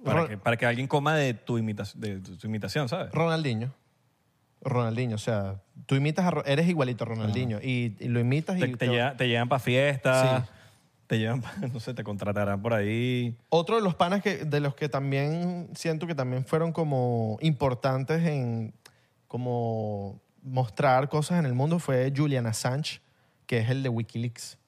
S1: para,
S3: Ro-
S1: que, para que alguien coma de tu, imita- de tu, tu imitación, ¿sabes?
S3: Ronaldinho. Ronaldinho, o sea, tú imitas a Ro- eres igualito a Ronaldinho y, y lo imitas
S1: Te,
S3: y
S1: te
S3: te-
S1: llevan, te llevan para fiestas,
S3: Sí.
S1: te llevan pa- *laughs* no sé, te contratarán por ahí.
S3: Otro de los panas que, de los que también siento que también fueron como importantes en como mostrar cosas en el mundo fue Julian Assange, que es el de WikiLeaks.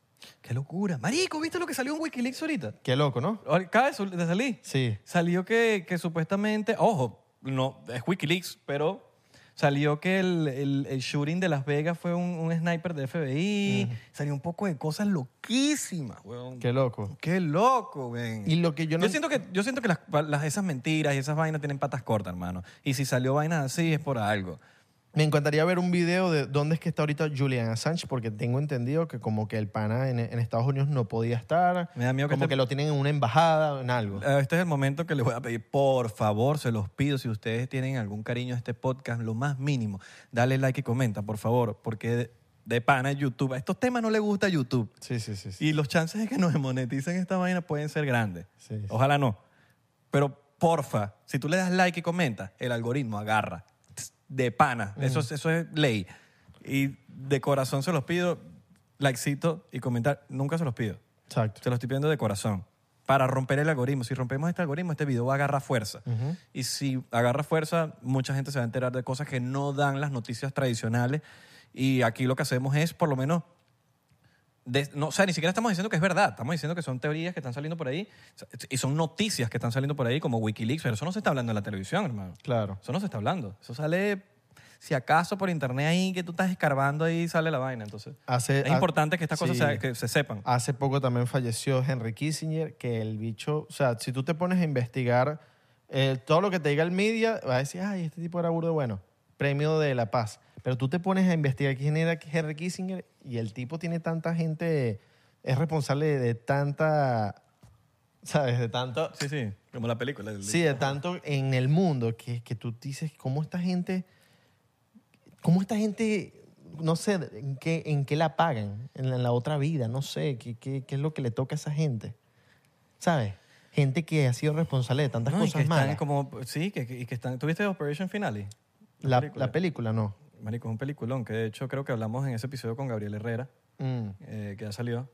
S1: ¡Qué locura! Marico, ¿viste lo que salió en Wikileaks ahorita?
S3: Qué loco, ¿no?
S1: Acaba de sal- de salir.
S3: Sí.
S1: Salió que, que supuestamente, ojo, no, es Wikileaks, pero salió que el, el- el shooting de Las Vegas fue un, un sniper de FBI. Salió un poco de cosas loquísimas, weón.
S3: Qué loco.
S1: Qué loco, ven.
S3: Y lo que yo no-
S1: siento que, yo siento que las, las- esas mentiras y esas vainas tienen patas cortas, hermano. Y si salió vainas así es por algo.
S3: Me encantaría ver un video de dónde es que está ahorita Julian Assange, porque tengo entendido que como que el pana en, en Estados Unidos no podía estar.
S1: Me da miedo que
S3: Como
S1: este-
S3: que lo tienen en una embajada o en algo.
S1: Eh, Este es el momento que les voy a pedir, por favor, se los pido, si ustedes tienen algún cariño a este podcast, lo más mínimo, dale like y comenta, por favor, porque de, de pana YouTube, a estos temas no le gusta YouTube.
S3: Sí, sí, sí. sí.
S1: Y los chances de que nos moneticen esta vaina pueden ser grandes.
S3: Sí, sí.
S1: Ojalá no. Pero porfa, si tú le das like y comentas, el algoritmo agarra. Tss, De pana.
S3: Mm.
S1: Eso, es- eso es ley. Y de corazón se los pido, likecito y comentar. Nunca se los pido.
S3: Exacto.
S1: Se los estoy pidiendo de corazón. Para romper el algoritmo. Si rompemos este algoritmo, este video va a agarrar fuerza. Y si agarra fuerza, mucha gente se va a enterar de cosas que no dan las noticias tradicionales. Y aquí lo que hacemos es, por lo menos, de- no, o sea, ni siquiera estamos diciendo que es verdad. Estamos diciendo que son teorías que están saliendo por ahí o sea, y son noticias que están saliendo por ahí, como Wikileaks, pero eso no se está hablando en la televisión, hermano.
S3: Claro.
S1: Eso no se está hablando. Eso sale, si acaso, por internet ahí, que tú estás escarbando ahí y sale la vaina. Entonces,
S3: Hace-
S1: es
S3: ha-
S1: importante que estas cosas
S3: sí.
S1: se, que se sepan.
S3: Hace poco también falleció Henry Kissinger, que el bicho, o sea, si tú te pones a investigar eh, todo lo que te diga el media, vas a decir, ay, este tipo era burdo bueno, premio de la paz. Pero tú te pones a investigar quién era Henry Kissinger y el tipo tiene tanta gente, es responsable de, de tanta, ¿sabes? De tanto,
S1: Sí, sí, como la película. el-
S3: sí, de tanto en el mundo que, que tú dices, ¿cómo esta gente, cómo esta gente, no sé, en qué, en qué la pagan? En la, en la otra vida, no sé, ¿qué, qué, qué es lo que le toca a esa gente? ¿Sabes? Gente que ha sido responsable de tantas
S1: No, y que
S3: cosas
S1: están
S3: malas.
S1: como, sí, que, que- y que están. ¿Tuviste Operation Finale?
S3: la, la película, no.
S1: Marico, es un peliculón que de hecho creo que hablamos en ese episodio con Gabriel Herrera.
S3: Mm.
S1: eh, que ya salió.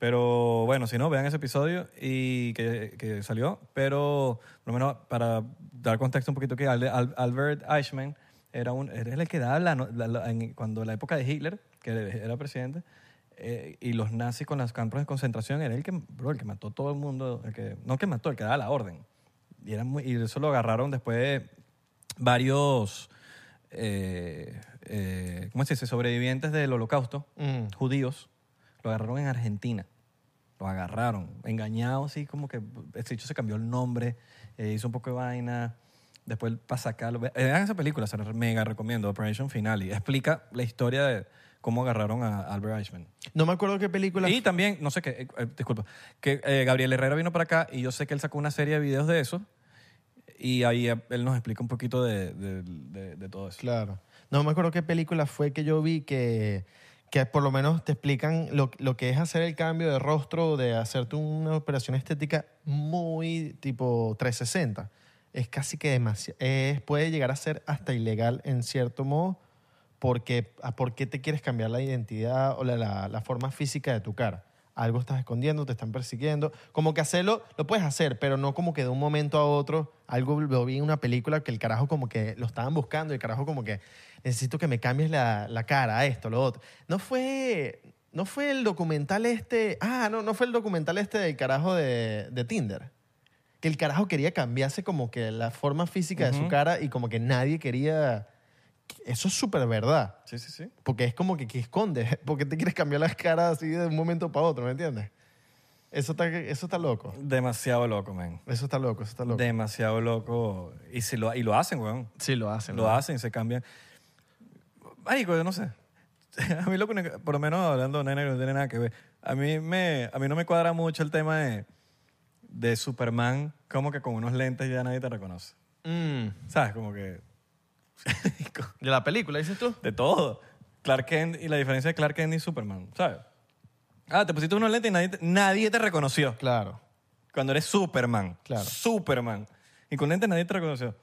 S1: Pero bueno, si no, vean ese episodio y que, que salió. Pero por lo menos para dar contexto un poquito que Al- Al- Albert Eichmann era, un, era el que daba la no- la- la- en- cuando la época de Hitler, que era presidente, eh, y los nazis con los campos de concentración, era el que, bro, el que mató a todo el mundo, el que, no el que mató, el que daba la orden. Y, era muy- y eso lo agarraron después de varios, eh, eh, ¿cómo se dice?, sobrevivientes del holocausto
S3: Mm.
S1: judíos, lo agarraron en Argentina. Lo agarraron, engañado así como que este hecho se cambió el nombre, eh, hizo un poco de vaina. Después para sacarlo. ve- eh, Vean esa película, se la mega recomiendo, Operation Finale. Explica la historia de cómo agarraron a Albert Eichmann.
S3: No me acuerdo qué película.
S1: Y también, no sé qué, eh, eh, disculpa, que eh, Gabriel Herrera vino para acá y yo sé que él sacó una serie de videos de eso y ahí eh, él nos explica un poquito de, de- de- de todo eso.
S3: Claro. No me acuerdo qué película fue que yo vi que, que por lo menos te explican lo, lo que es hacer el cambio de rostro, de hacerte una operación estética muy tipo 360. Es casi que demasiado. puede llegar a ser hasta ilegal en cierto modo porque a por qué te quieres cambiar la identidad o la, la- la forma física de tu cara. Algo estás escondiendo, te están persiguiendo. Como que hacerlo, lo puedes hacer, pero no como que de un momento a otro. Algo lo vi en una película que el carajo como que lo estaban buscando y el carajo como que necesito que me cambies la, la cara, esto, lo otro. No fue, No fue el documental este. Ah, no, no fue el documental este del carajo de, de Tinder. Que el carajo quería cambiarse como que la forma física de su cara y como que nadie quería. Eso es súper verdad.
S1: Sí, sí, sí.
S3: Porque es como que, que escondes. *laughs* Porque te quieres cambiar las caras así de un momento para otro, ¿me entiendes? Eso está, eso está loco.
S1: Demasiado loco, man.
S3: Eso está loco, eso está loco.
S1: Demasiado loco. Y, se lo, y lo hacen, weón.
S3: sí, lo hacen.
S1: Lo hacen, se cambian. Marico, yo no sé. *laughs* A mí lo que, por lo menos hablando de nena que no tiene nada que ver, a mí, me, a mí no me cuadra mucho el tema de, de Superman, como que con unos lentes ya nadie te reconoce.
S3: Mm.
S1: ¿Sabes? Como que...
S3: ¿De la película, dices tú?
S1: de todo. Clark Kent y la diferencia de Clark Kent y Superman, ¿sabes? Ah, te pusiste unos lentes y nadie te, nadie te reconoció.
S3: Claro.
S1: Cuando eres Superman.
S3: Claro.
S1: Superman. Y con lentes nadie te reconoció.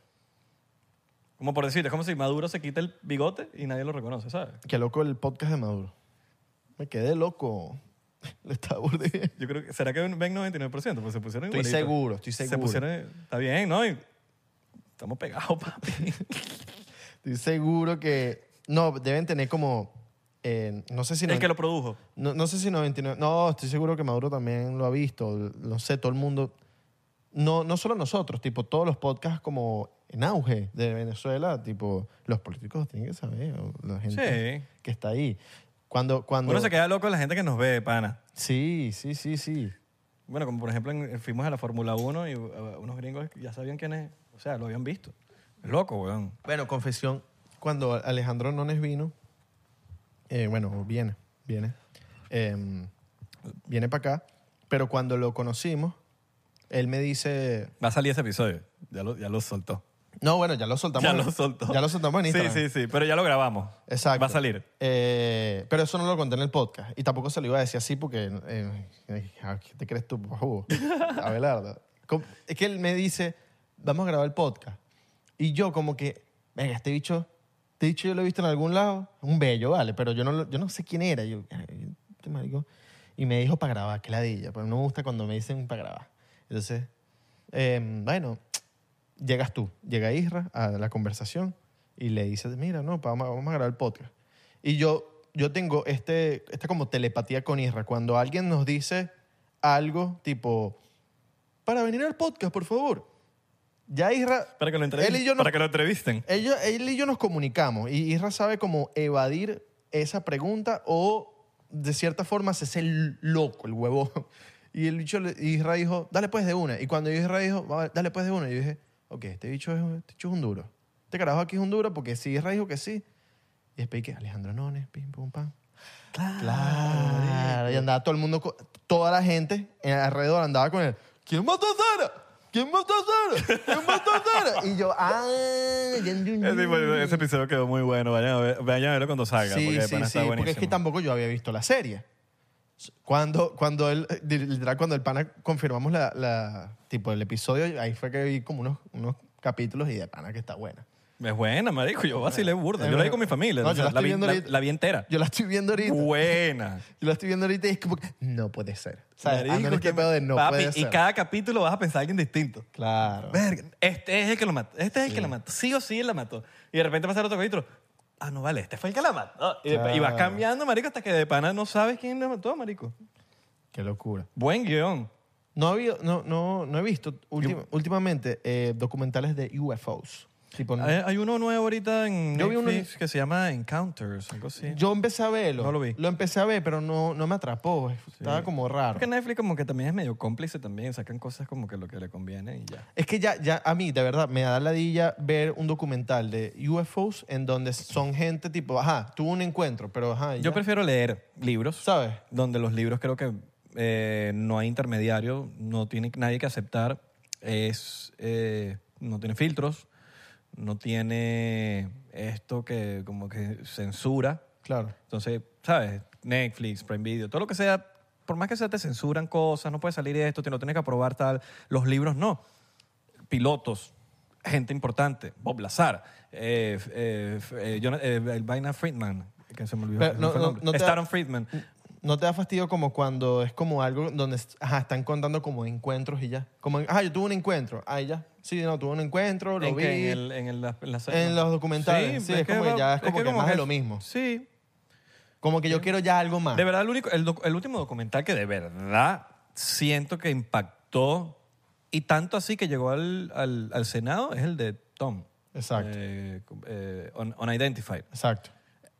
S1: Como por decirte, es como si Maduro se quita el bigote y nadie lo reconoce, ¿sabes?
S3: Qué loco el podcast de Maduro. Me quedé loco. *laughs* Le estaba burda bien.
S1: Yo creo que, ¿será que ven 99%? Pues se pusieron
S3: Estoy
S1: igualitos.
S3: seguro, estoy
S1: Se
S3: seguro.
S1: pusieron, está bien, ¿no? Y estamos pegados,
S3: *laughs*
S1: papi.
S3: Estoy seguro que... No, deben tener como... eh, no sé si...
S1: el
S3: no-
S1: que lo produjo.
S3: No, no sé si 99. No, estoy seguro que Maduro también lo ha visto. No sé, todo el mundo. No, no solo nosotros, tipo, todos los podcasts como en auge de Venezuela, tipo, los políticos tienen que saber, o la gente
S1: Sí.
S3: que está ahí. Cuando, cuando.
S1: Uno se queda loco de la gente que nos ve, pana.
S3: Sí, sí, sí, sí.
S1: Bueno, como por ejemplo, en- fuimos a la Fórmula 1 y uh, unos gringos ya sabían quién es. O sea, lo habían visto. Es loco, weón.
S3: Bueno, confesión, cuando Alejandro Nones vino, eh, bueno, viene, viene, eh, viene para acá, pero cuando lo conocimos, él me dice,
S1: Va a salir ese episodio. Ya lo, ya lo soltó.
S3: No, bueno, ya lo soltamos.
S1: ya lo soltó.
S3: Ya lo soltamos en Instagram.
S1: Sí, sí, sí. Pero ya lo grabamos.
S3: Exacto.
S1: Va a salir.
S3: Eh, pero eso no lo conté en el podcast. Y tampoco se lo iba a decir así porque... eh, eh, ¿Qué te crees tú, papá
S1: *laughs*
S3: Hugo? Abelardo. Com- Es que él me dice, vamos a grabar el podcast. Y yo como que, venga, este bicho, este bicho yo lo he visto en algún lado. Un bello, vale, pero yo no, lo- yo no sé quién era. Y Yo, "Ay, este marico. Y me dijo para grabar, que ladilla. Pero no me gusta cuando me dicen para grabar. Entonces, eh, bueno, llegas tú, llega Isra a la conversación y le dices, mira, no, pa, vamos, vamos a grabar el podcast. Y yo, yo tengo este, esta como telepatía con Isra. Cuando alguien nos dice algo tipo, para venir al podcast, por favor. Ya Isra...
S1: Para que lo
S3: él y
S1: entrevisten.
S3: yo nos-
S1: Para que lo entrevisten.
S3: ellos- él y yo nos comunicamos y Isra sabe cómo evadir esa pregunta o de cierta forma se hace el loco, el huevón. *laughs* Y el bicho, le- Isra dijo, dale pues de una. Y cuando Isra dijo, "Va, dale pues de una, yo dije, ok, este bicho es, este bicho es un duro. Este carajo aquí es un duro porque si Isra dijo que sí. Y después que Alejandro Nones, pim, pum, pam. Claro. Y andaba todo el mundo, co- toda la gente en- alrededor andaba con él. ¿Quién mató a Sara? ¿Quién mató a Sara? ¿Quién mató a Sara? Y yo, ah,
S1: Ese, ese episodio quedó muy bueno. Vayan a, ver- vayan a verlo cuando salga.
S3: Sí,
S1: porque de
S3: sí,
S1: pana
S3: sí,
S1: está
S3: porque es que
S1: buenísimo.
S3: tampoco yo había visto la serie. Cuando, cuando él, eh, literal, cuando el pana confirmamos la, la- tipo, el episodio, ahí fue que vi como unos, unos capítulos y de pana que está buena.
S1: Es buena, marico. Yo vacilé burda. Yo la vi con mi familia.
S3: No,
S1: o
S3: yo
S1: sea,
S3: la
S1: la,
S3: estoy
S1: vi,
S3: viendo
S1: la-
S3: ahorita.
S1: la vi entera.
S3: Yo la estoy viendo ahorita.
S1: Buena.
S3: Yo la estoy viendo ahorita y es como, que, no puede ser. O sea,
S1: Marico,
S3: andan este
S1: que-
S3: pedo de no
S1: papi,
S3: puede ser.
S1: Y cada capítulo vas a pensar a alguien distinto.
S3: Claro.
S1: Verga, este es el que lo mató. Este es el que la mató. Sí o sí él la mató. Y de repente pasa el otro capítulo. Ah, no vale, este fue el que la mató. Y, de-
S3: Claro.
S1: y vas cambiando, marico, hasta que de pana no sabes quién la mató, marico.
S3: Qué locura.
S1: Buen guión.
S3: No, ha habido- no, no, no he visto últim- últimamente eh, documentales de UFOs. Tipo, no-
S1: Hay, hay uno nuevo ahorita en
S3: Mm. Yo vi uno-
S1: Netflix que se llama Encounters, algo así.
S3: Yo empecé a verlo.
S1: No lo vi.
S3: empecé a ver, pero no, no me atrapó. Estaba como raro.
S1: Porque Netflix como que también es medio cómplice también. Sacan cosas como que lo que le conviene y ya.
S3: Es que ya, ya a mí, de verdad, me da ladilla ver un documental de UFOs en donde son gente tipo, ajá, tuvo un encuentro, pero ajá. y
S1: Yo
S3: ya.
S1: prefiero leer libros.
S3: ¿Sabes?
S1: donde los libros creo que eh, no hay intermediario, no tiene nadie que aceptar, es, eh, no tiene filtros, no tiene esto que como que censura.
S3: Claro.
S1: Entonces, ¿sabes? Netflix, Prime Video, todo lo que sea, por más que sea, te censuran cosas, no puede salir esto, te lo tienes que aprobar tal. Los libros no. Pilotos, gente importante, Bob Lazar, eh, f- eh, f- eh, Jonah- eh, el vaina Friedman, que se me olvidó.
S3: Pero
S1: se me
S3: no-
S1: fue el
S3: no-
S1: nombre.
S3: no te da-
S1: Staron Friedman.
S3: ¿No te da fastidio como cuando es como algo donde ajá, están contando como encuentros y ya? Como, ajá, yo tuve un encuentro. Ah, y ya. Sí, no, tuve un encuentro, lo
S1: ¿En
S3: vi.
S1: qué? ¿En, el- en el- las- las-
S3: en los documentales. Sí, es como que
S1: va-
S3: ya es como que más de
S1: es-
S3: lo mismo.
S1: Sí.
S3: Como que yo quiero ya algo más.
S1: De verdad, el, único, el, doc- el último documental que de verdad siento que impactó y tanto así que llegó al, al- al Senado es el de Tom.
S3: Exacto.
S1: Eh, eh, un- Unidentified.
S3: Exacto.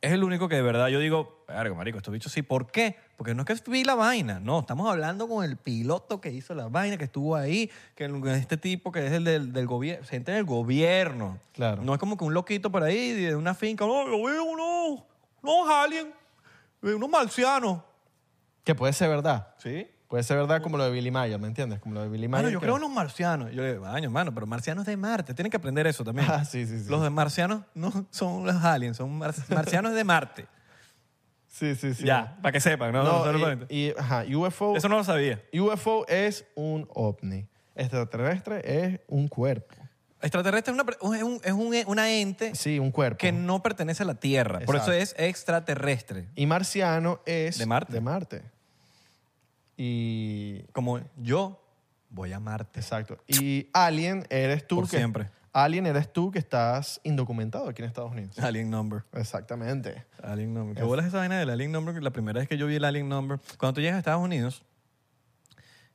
S1: Es el único que de verdad yo digo, verga, marico, estos bichos sí. ¿Por qué? Porque no es que vi la vaina. No, estamos hablando con el piloto que hizo la vaina, que estuvo ahí, que el- este tipo que es el del, gobierno, gente del gobierno.
S3: Claro.
S1: No es como que un loquito por ahí de una finca, no, yo veo unos, unos aliens, veo unos marcianos.
S3: Que puede ser verdad.
S1: ¿Sí?
S3: Puede ser verdad como lo de Billy Mayer, ¿me entiendes? Como lo de Billy Mayer.
S1: Mano, Ah, yo
S3: que-
S1: creo en los marcianos. Yo le digo, año, mano, pero marcianos de Marte. Tienen que aprender eso también.
S3: Ah, sí, sí, sí.
S1: Los de marcianos no son los aliens, son
S3: *laughs*
S1: mar- marcianos de Marte.
S3: Sí, sí, sí.
S1: Ya, para que sepan, ¿no?
S3: No,
S1: Solo
S3: y-
S1: para-
S3: y, ajá, UFO,
S1: Eso no lo sabía.
S3: UFO es un ovni. Extraterrestre es un cuerpo.
S1: Extraterrestre es una, per- es un- es un- una ente
S3: Sí, un cuerpo.
S1: que no pertenece a la Tierra. Por eso
S3: Exacto.
S1: es extraterrestre.
S3: Y marciano es...
S1: De Marte.
S3: De Marte. Y...
S1: Como yo voy a Marte.
S3: Exacto. Y alien eres tú
S1: Por
S3: que...
S1: siempre.
S3: Alien eres tú que estás indocumentado aquí en Estados Unidos.
S1: Alien number.
S3: Exactamente.
S1: Alien number. ¿Qué bolas esa vaina del alien number? La primera vez que yo vi el alien number, cuando tú llegas a Estados Unidos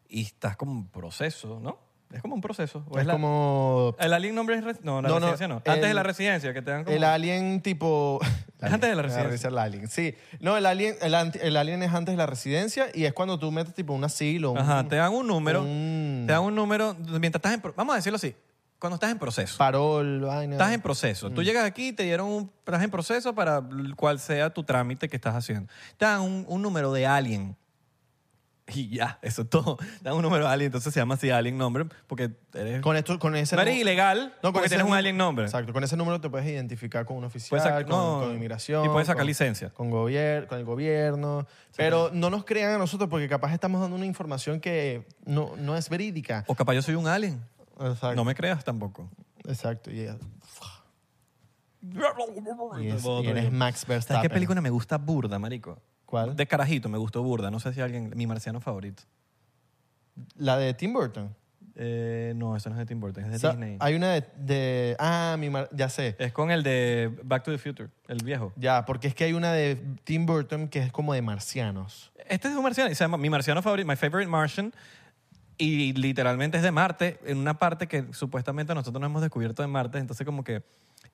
S1: y estás como en proceso, ¿no? Es como un proceso. ¿O
S3: es
S1: la-
S3: como...
S1: El alien number es... res- No, la
S3: No, no,
S1: residencia no. Antes
S3: el-
S1: de la residencia, que te dan como...
S3: El alien tipo...
S1: Es antes de *laughs* la residencia.
S3: El alien, sí. No, el alien, el, anti- el alien es antes de la residencia y es cuando tú metes tipo un asilo. un-
S1: Ajá, te dan un número.
S3: un-
S1: Te dan un número mientras estás en... pro- Vamos a decirlo así. Cuando estás en proceso.
S3: Parol, vaina.
S1: Estás en proceso.
S3: Mm.
S1: Tú llegas aquí y te dieron un... Estás en proceso para el cual sea tu trámite que estás haciendo. Te dan un, un número de alien. Y ya, eso es todo. *laughs* Te dan un número de alien. Entonces se llama así alien number porque eres...
S3: Con esto, con ese
S1: no eres
S3: nu-
S1: ilegal
S3: No, con
S1: porque
S3: ese
S1: tienes un
S3: nu-
S1: alien number.
S3: Exacto, con ese número te puedes identificar con un oficial,
S1: Puedes sac-
S3: con,
S1: no,
S3: con inmigración.
S1: y puedes sacar
S3: con-
S1: licencia.
S3: Con, gobier- con el gobierno. Pero no nos crean a nosotros porque capaz estamos dando una información que no, no es verídica.
S1: O capaz yo soy un alien.
S3: Exacto.
S1: No me creas tampoco.
S3: Exacto. Y, y es- y eres Max Verstappen.
S1: ¿Sabes qué película me gusta burda, marico?
S3: ¿Cuál?
S1: De carajito me gustó burda. No sé si alguien... Mi marciano favorito.
S3: La de Tim Burton.
S1: Eh, no, esa no es de Tim Burton, es de
S3: O sea,
S1: Disney.
S3: Hay una de, de- Ah, mi mar- ya sé.
S1: Es con el de Back to the Future, el viejo.
S3: Ya, porque es que hay una de Tim Burton que es como de marcianos.
S1: Este es un marciano, y se llama Mi Marciano Favorito, My Favorite Martian, y literalmente es de Marte, en una parte que supuestamente nosotros no hemos descubierto de Marte, entonces como que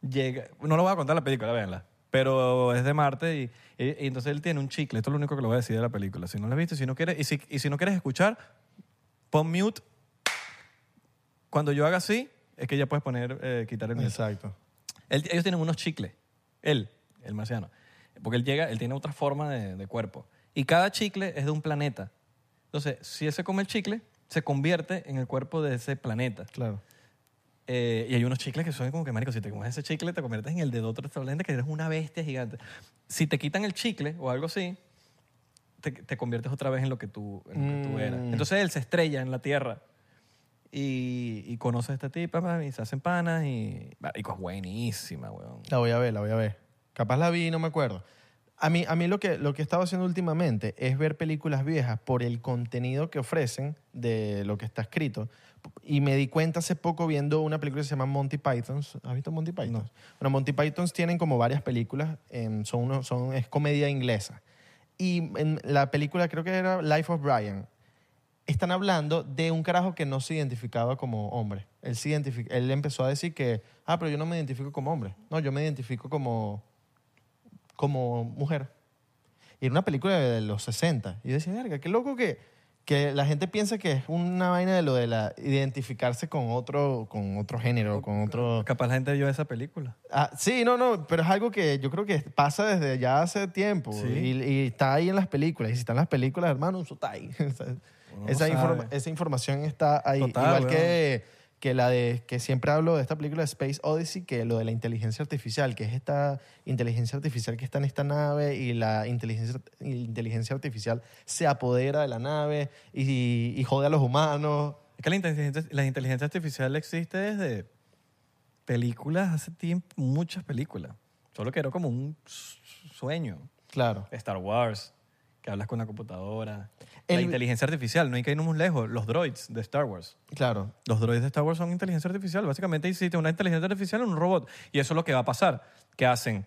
S1: llega, no lo voy a contar la película, véanla, pero es de Marte y, y- y entonces él tiene un chicle, esto es lo único que lo voy a decir de la película, si no la has visto, si no quieres, y si, y si no quieres escuchar, pon mute, cuando yo haga así, es que ya puedes poner, eh, quitar el mute.
S3: Exacto.
S1: Él- ellos tienen unos chicles. Él, el marciano. Porque él llega, él tiene otra forma de, de cuerpo. Y cada chicle es de un planeta. Entonces, si él se come el chicle, se convierte en el cuerpo de ese planeta.
S3: Claro.
S1: Eh, y hay unos chicles que son como que, marico, si te comes ese chicle, te conviertes en el de otro planeta que eres una bestia gigante. Si te quitan el chicle o algo así, te, te conviertes otra vez en lo que tú, en lo que tú eras. Entonces él se estrella en la Tierra y, y conoce a esta tipa pa, y se hacen panas y... Marico, es buenísima, weón.
S3: La voy a ver, la voy a ver. Capaz la vi y no me acuerdo. A mí, a mí lo, que, lo que he estado haciendo últimamente es ver películas viejas por el contenido que ofrecen de lo que está escrito. Y me di cuenta hace poco viendo una película que se llama Monty Pythons. ¿Has visto Monty Pythons? Bueno, Monty Pythons tienen como varias películas. em, son uno, son, es comedia inglesa. Y en la película creo que era Life of Brian están hablando de un carajo que no se identificaba como hombre. Él, se identifi- él empezó a decir que, ah, pero yo no me identifico como hombre. No, yo me identifico como, como mujer. Y era una película de los 60. Y yo decía, verga, qué loco que, que la gente piensa que es una vaina de lo de la identificarse con otro, con otro género, con otro...
S1: Capaz la gente vio esa película.
S3: Ah, sí, no, no, pero es algo que yo creo que pasa desde ya hace tiempo
S1: Sí.
S3: y, y está ahí en las películas. Y si están las películas, hermano, eso está ahí. *laughs* O sea,
S1: Uno no
S3: esa, informa-
S1: sabe.
S3: esa información está ahí.
S1: Total,
S3: Igual
S1: weón.
S3: que, que la de que siempre hablo de esta película de Space Odyssey, que lo de la inteligencia artificial, que es esta inteligencia artificial que está en esta nave y la inteligencia, inteligencia artificial se apodera de la nave y, y jode a los humanos.
S1: Es que la inteligencia, la inteligencia artificial existe desde películas, hace tiempo, muchas películas. Solo que era como un s- sueño.
S3: Claro.
S1: Star Wars, que hablas con la computadora. La
S3: El-
S1: inteligencia artificial, no hay que irnos muy lejos. Los droids de Star Wars.
S3: Claro.
S1: Los droids de Star Wars son inteligencia artificial. Básicamente hiciste una inteligencia artificial en un robot. Y eso es lo que va a pasar. Que hacen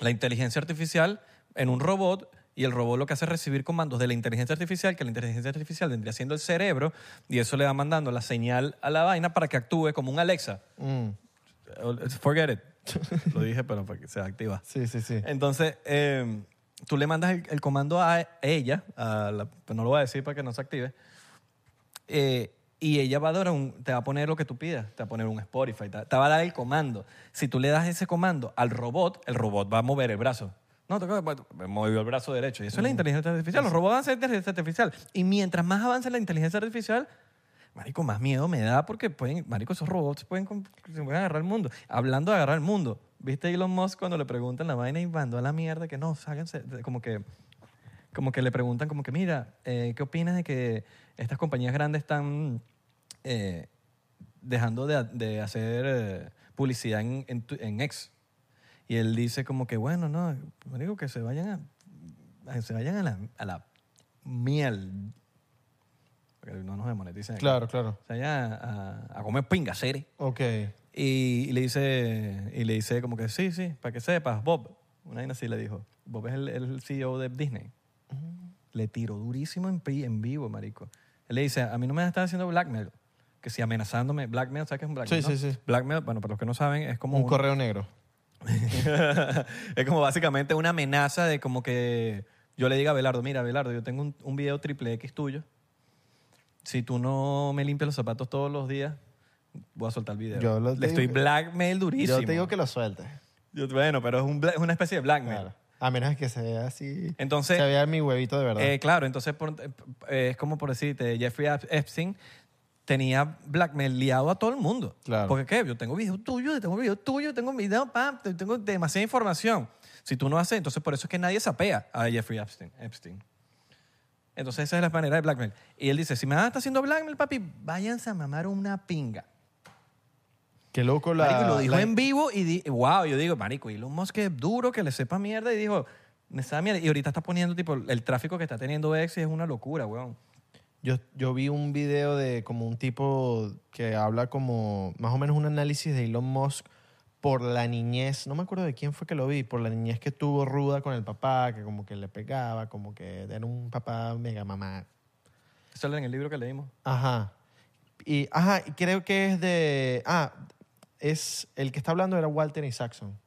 S1: la inteligencia artificial en un robot y el robot lo que hace es recibir comandos de la inteligencia artificial, que la inteligencia artificial vendría siendo el cerebro y eso le va mandando la señal a la vaina para que actúe como un Alexa.
S3: Mm,
S1: Forget it. *laughs* lo dije, pero para que se activa.
S3: sí, sí, sí.
S1: Entonces, eh, tú le mandas el, el comando a ella, a la- pues no lo voy a decir para que no se active, eh, y ella va a dar un- te va a poner lo que tú pidas, te va a poner un Spotify, te, te va a dar el comando. Si tú le das ese comando al robot, el robot va a mover el brazo. No, toca, bueno, movió el brazo derecho. Y eso es la inteligencia artificial. Los robots avanzan en inteligencia artificial. Y mientras más avanza la inteligencia artificial, Marico, más miedo me da porque pueden, Marico, esos robots pueden, com- se pueden agarrar el mundo. Hablando de agarrar el mundo, ¿viste Elon Musk cuando le preguntan la vaina y mandó a la mierda que no, ságanse? de- Como que, como que le preguntan, como que mira, eh, ¿qué opinas de que estas compañías grandes están eh, dejando de, ha- de hacer eh, publicidad en, en, tu- en X? Y él dice, como que bueno, no, Marico, que se vayan a, a- se vayan a la, a la miel. Porque no nos demoneticen. aquí.
S3: Claro, claro.
S1: O sea, ya a, a comer pingaceres.
S3: Ok.
S1: Y, y le dice, y le dice como que sí, sí, para que sepas, Bob. Una vaina así le dijo. Bob es el, el CEO de Disney.
S3: Mm.
S1: Le tiró durísimo en, pi- en vivo, marico. Él le dice, a mí no me estás haciendo blackmail. Que si amenazándome, blackmail, ¿sabes qué es un blackmail?
S3: Sí,
S1: no?
S3: sí, sí.
S1: Blackmail, bueno, para los que no saben, es como
S3: Un
S1: un-
S3: correo negro.
S1: *laughs* es como básicamente una amenaza de como que yo le diga a Belardo, mira, Belardo, yo tengo un, un video triple X tuyo. Si tú no me limpias los zapatos todos los días, voy a soltar el video.
S3: Yo lo
S1: le
S3: digo-
S1: estoy blackmail durísimo.
S3: Yo te digo que lo sueltes.
S1: Yo- bueno, pero es, un bla- es una especie de blackmail.
S3: Claro. A menos que se vea así.
S1: Entonces,
S3: se vea mi huevito de verdad.
S1: eh, claro, entonces por- eh, es como por decirte, Jeffrey Ep- Epstein tenía blackmaileado a todo el mundo.
S3: Claro.
S1: Porque qué, yo tengo videos tuyos, tengo videos tuyos, tengo videos, pam, te- tengo demasiada información. Si tú no haces, entonces por eso es que nadie sapea a Jeffrey Epstein. Epstein. Entonces esa es la manera de blackmail. Y él dice, si me vas a estar haciendo blackmail, papi, váyanse a mamar una pinga.
S3: Qué loco la.
S1: Marico, y lo dijo
S3: la-
S1: en vivo y di- wow, yo digo, marico, Elon Musk es duro, que le sepa mierda y dijo, me sabe mierda. Y ahorita está poniendo, tipo, el tráfico que está teniendo X es una locura, weón.
S3: Yo, yo vi un video de como un tipo que habla como más o menos un análisis de Elon Musk por la niñez, no me acuerdo de quién fue que lo vi, por la niñez que tuvo ruda con el papá, que como que le pegaba, como que era un papá mega mamá.
S1: Eso era en el libro que leímos.
S3: Ajá. Y, ajá, y creo que es de... Ah, es... El que está hablando era Walter Isaacson.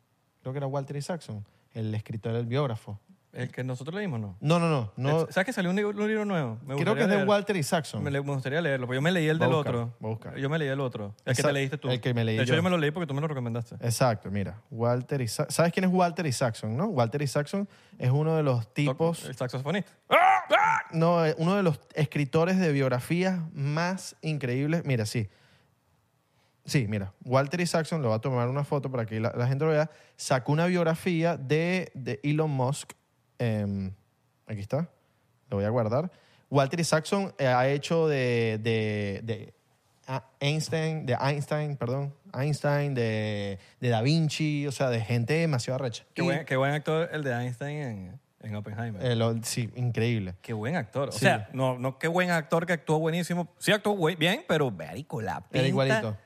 S3: Creo que era Walter Isaacson, el escritor, el biógrafo.
S1: El que nosotros leímos, ¿no?
S3: No, no, no. no
S1: Es- ¿Sabes que salió un, libro- un libro nuevo? Me
S3: creo que
S1: gustaría
S3: es de
S1: leer.
S3: Walter Isaacson.
S1: Me, le- me gustaría leerlo, porque yo me leí el
S3: Voy a
S1: del
S3: buscar,
S1: otro.
S3: voy a buscar.
S1: Yo me leí el otro. El que
S3: Esa-
S1: te leíste tú.
S3: el que me leí
S1: De hecho,
S3: yo.
S1: yo. me lo leí porque tú me lo recomendaste.
S3: Exacto, mira, Walter Isaac. ¿Sabes quién es Walter Isaacson, no? Walter Isaacson es uno de los tipos,
S1: El saxofonista.
S3: no, eh, uno de los escritores de biografías más increíbles. Mira, sí. Sí, mira, Walter Isaacson, lo va a tomar una foto para que la, la gente lo vea, sacó una biografía de, de Elon Musk. em, aquí está, lo voy a guardar. Walter Isaacson eh, ha hecho de, de- de a- Einstein, de Einstein, perdón, Einstein, de, de Da Vinci, o sea, de gente demasiado arrecha.
S1: Qué
S3: Y-
S1: buen, qué buen actor el de Einstein en, en Oppenheimer.
S3: eh, lo- sí, increíble.
S1: Qué buen actor. O
S3: Sí.
S1: sea, no, no qué buen actor que actuó buenísimo. Sí actuó güey- bien, pero marico, la pinta.
S3: Era igualito.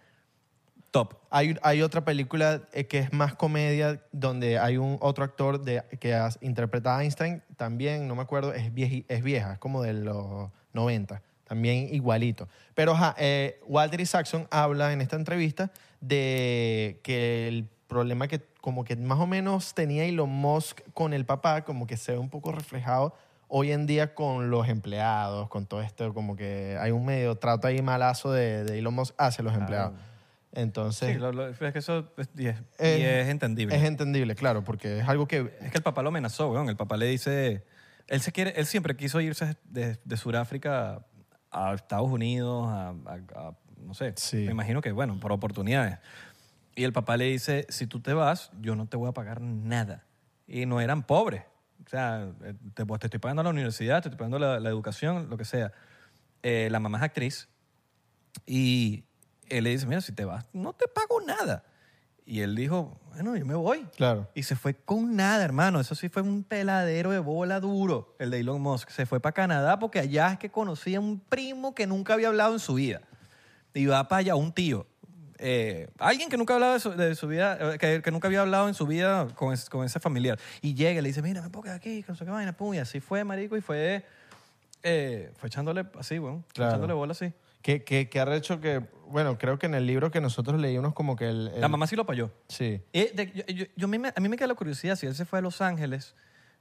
S1: Top.
S3: Hay, hay otra película eh, que es más comedia, donde hay un otro actor de, que as- interpreta a Einstein, también, no me acuerdo, es, vieji- es vieja, es como de los 90, también igualito. Pero ajá, eh, Walter Isaacson habla en esta entrevista de que el problema que como que más o menos tenía Elon Musk con el papá, como que se ve un poco reflejado hoy en día con los empleados, con todo esto, como que hay un medio trato ahí malazo de, de Elon Musk hacia los empleados. Entonces,
S1: Sí, lo- lo- es que eso es, y es,
S3: Eh,
S1: y es entendible.
S3: es
S1: Es,
S3: entendible, claro, porque es algo que...
S1: que el papá lo amenazó, weón. El papá le dice. Él, se quiere, él siempre quiso irse de, de Sudáfrica a Estados Unidos, a, a- a- no sé.
S3: Sí.
S1: Me imagino que, bueno, por oportunidades. Y el papá le dice: Si tú te vas, yo no te voy a pagar nada. Y no eran pobres. O sea, eh, te, te estoy pagando la universidad, te estoy pagando la, la educación, lo que sea. Eh, la mamá es actriz. Y él le dice, mira, si te vas, no te pago nada. Y él dijo, bueno, yo me voy.
S3: Claro.
S1: Y se fue con nada, hermano. Eso sí fue un peladero de bola duro, el de Elon Musk. Se fue para Canadá porque allá es que conocía a un primo que nunca había hablado en su vida. Y va para allá un tío. eh, alguien que nunca hablaba de su, de su vida, eh, que, que nunca había hablado en su vida con, es- con ese familiar, y llega y le dice, mira, me pongo aquí, que no sé qué vaina, pum, y así fue, marico, y fue, eh, fue echándole así, weón, fue
S3: Claro.
S1: echándole bola así.
S3: Que, que, que ha hecho que, bueno, creo que en el libro que nosotros leímos como que el... el-
S1: La mamá sí lo apoyó.
S3: Sí.
S1: Y de- yo, yo- yo- a mí me, a mí me queda la curiosidad si él se fue a Los Ángeles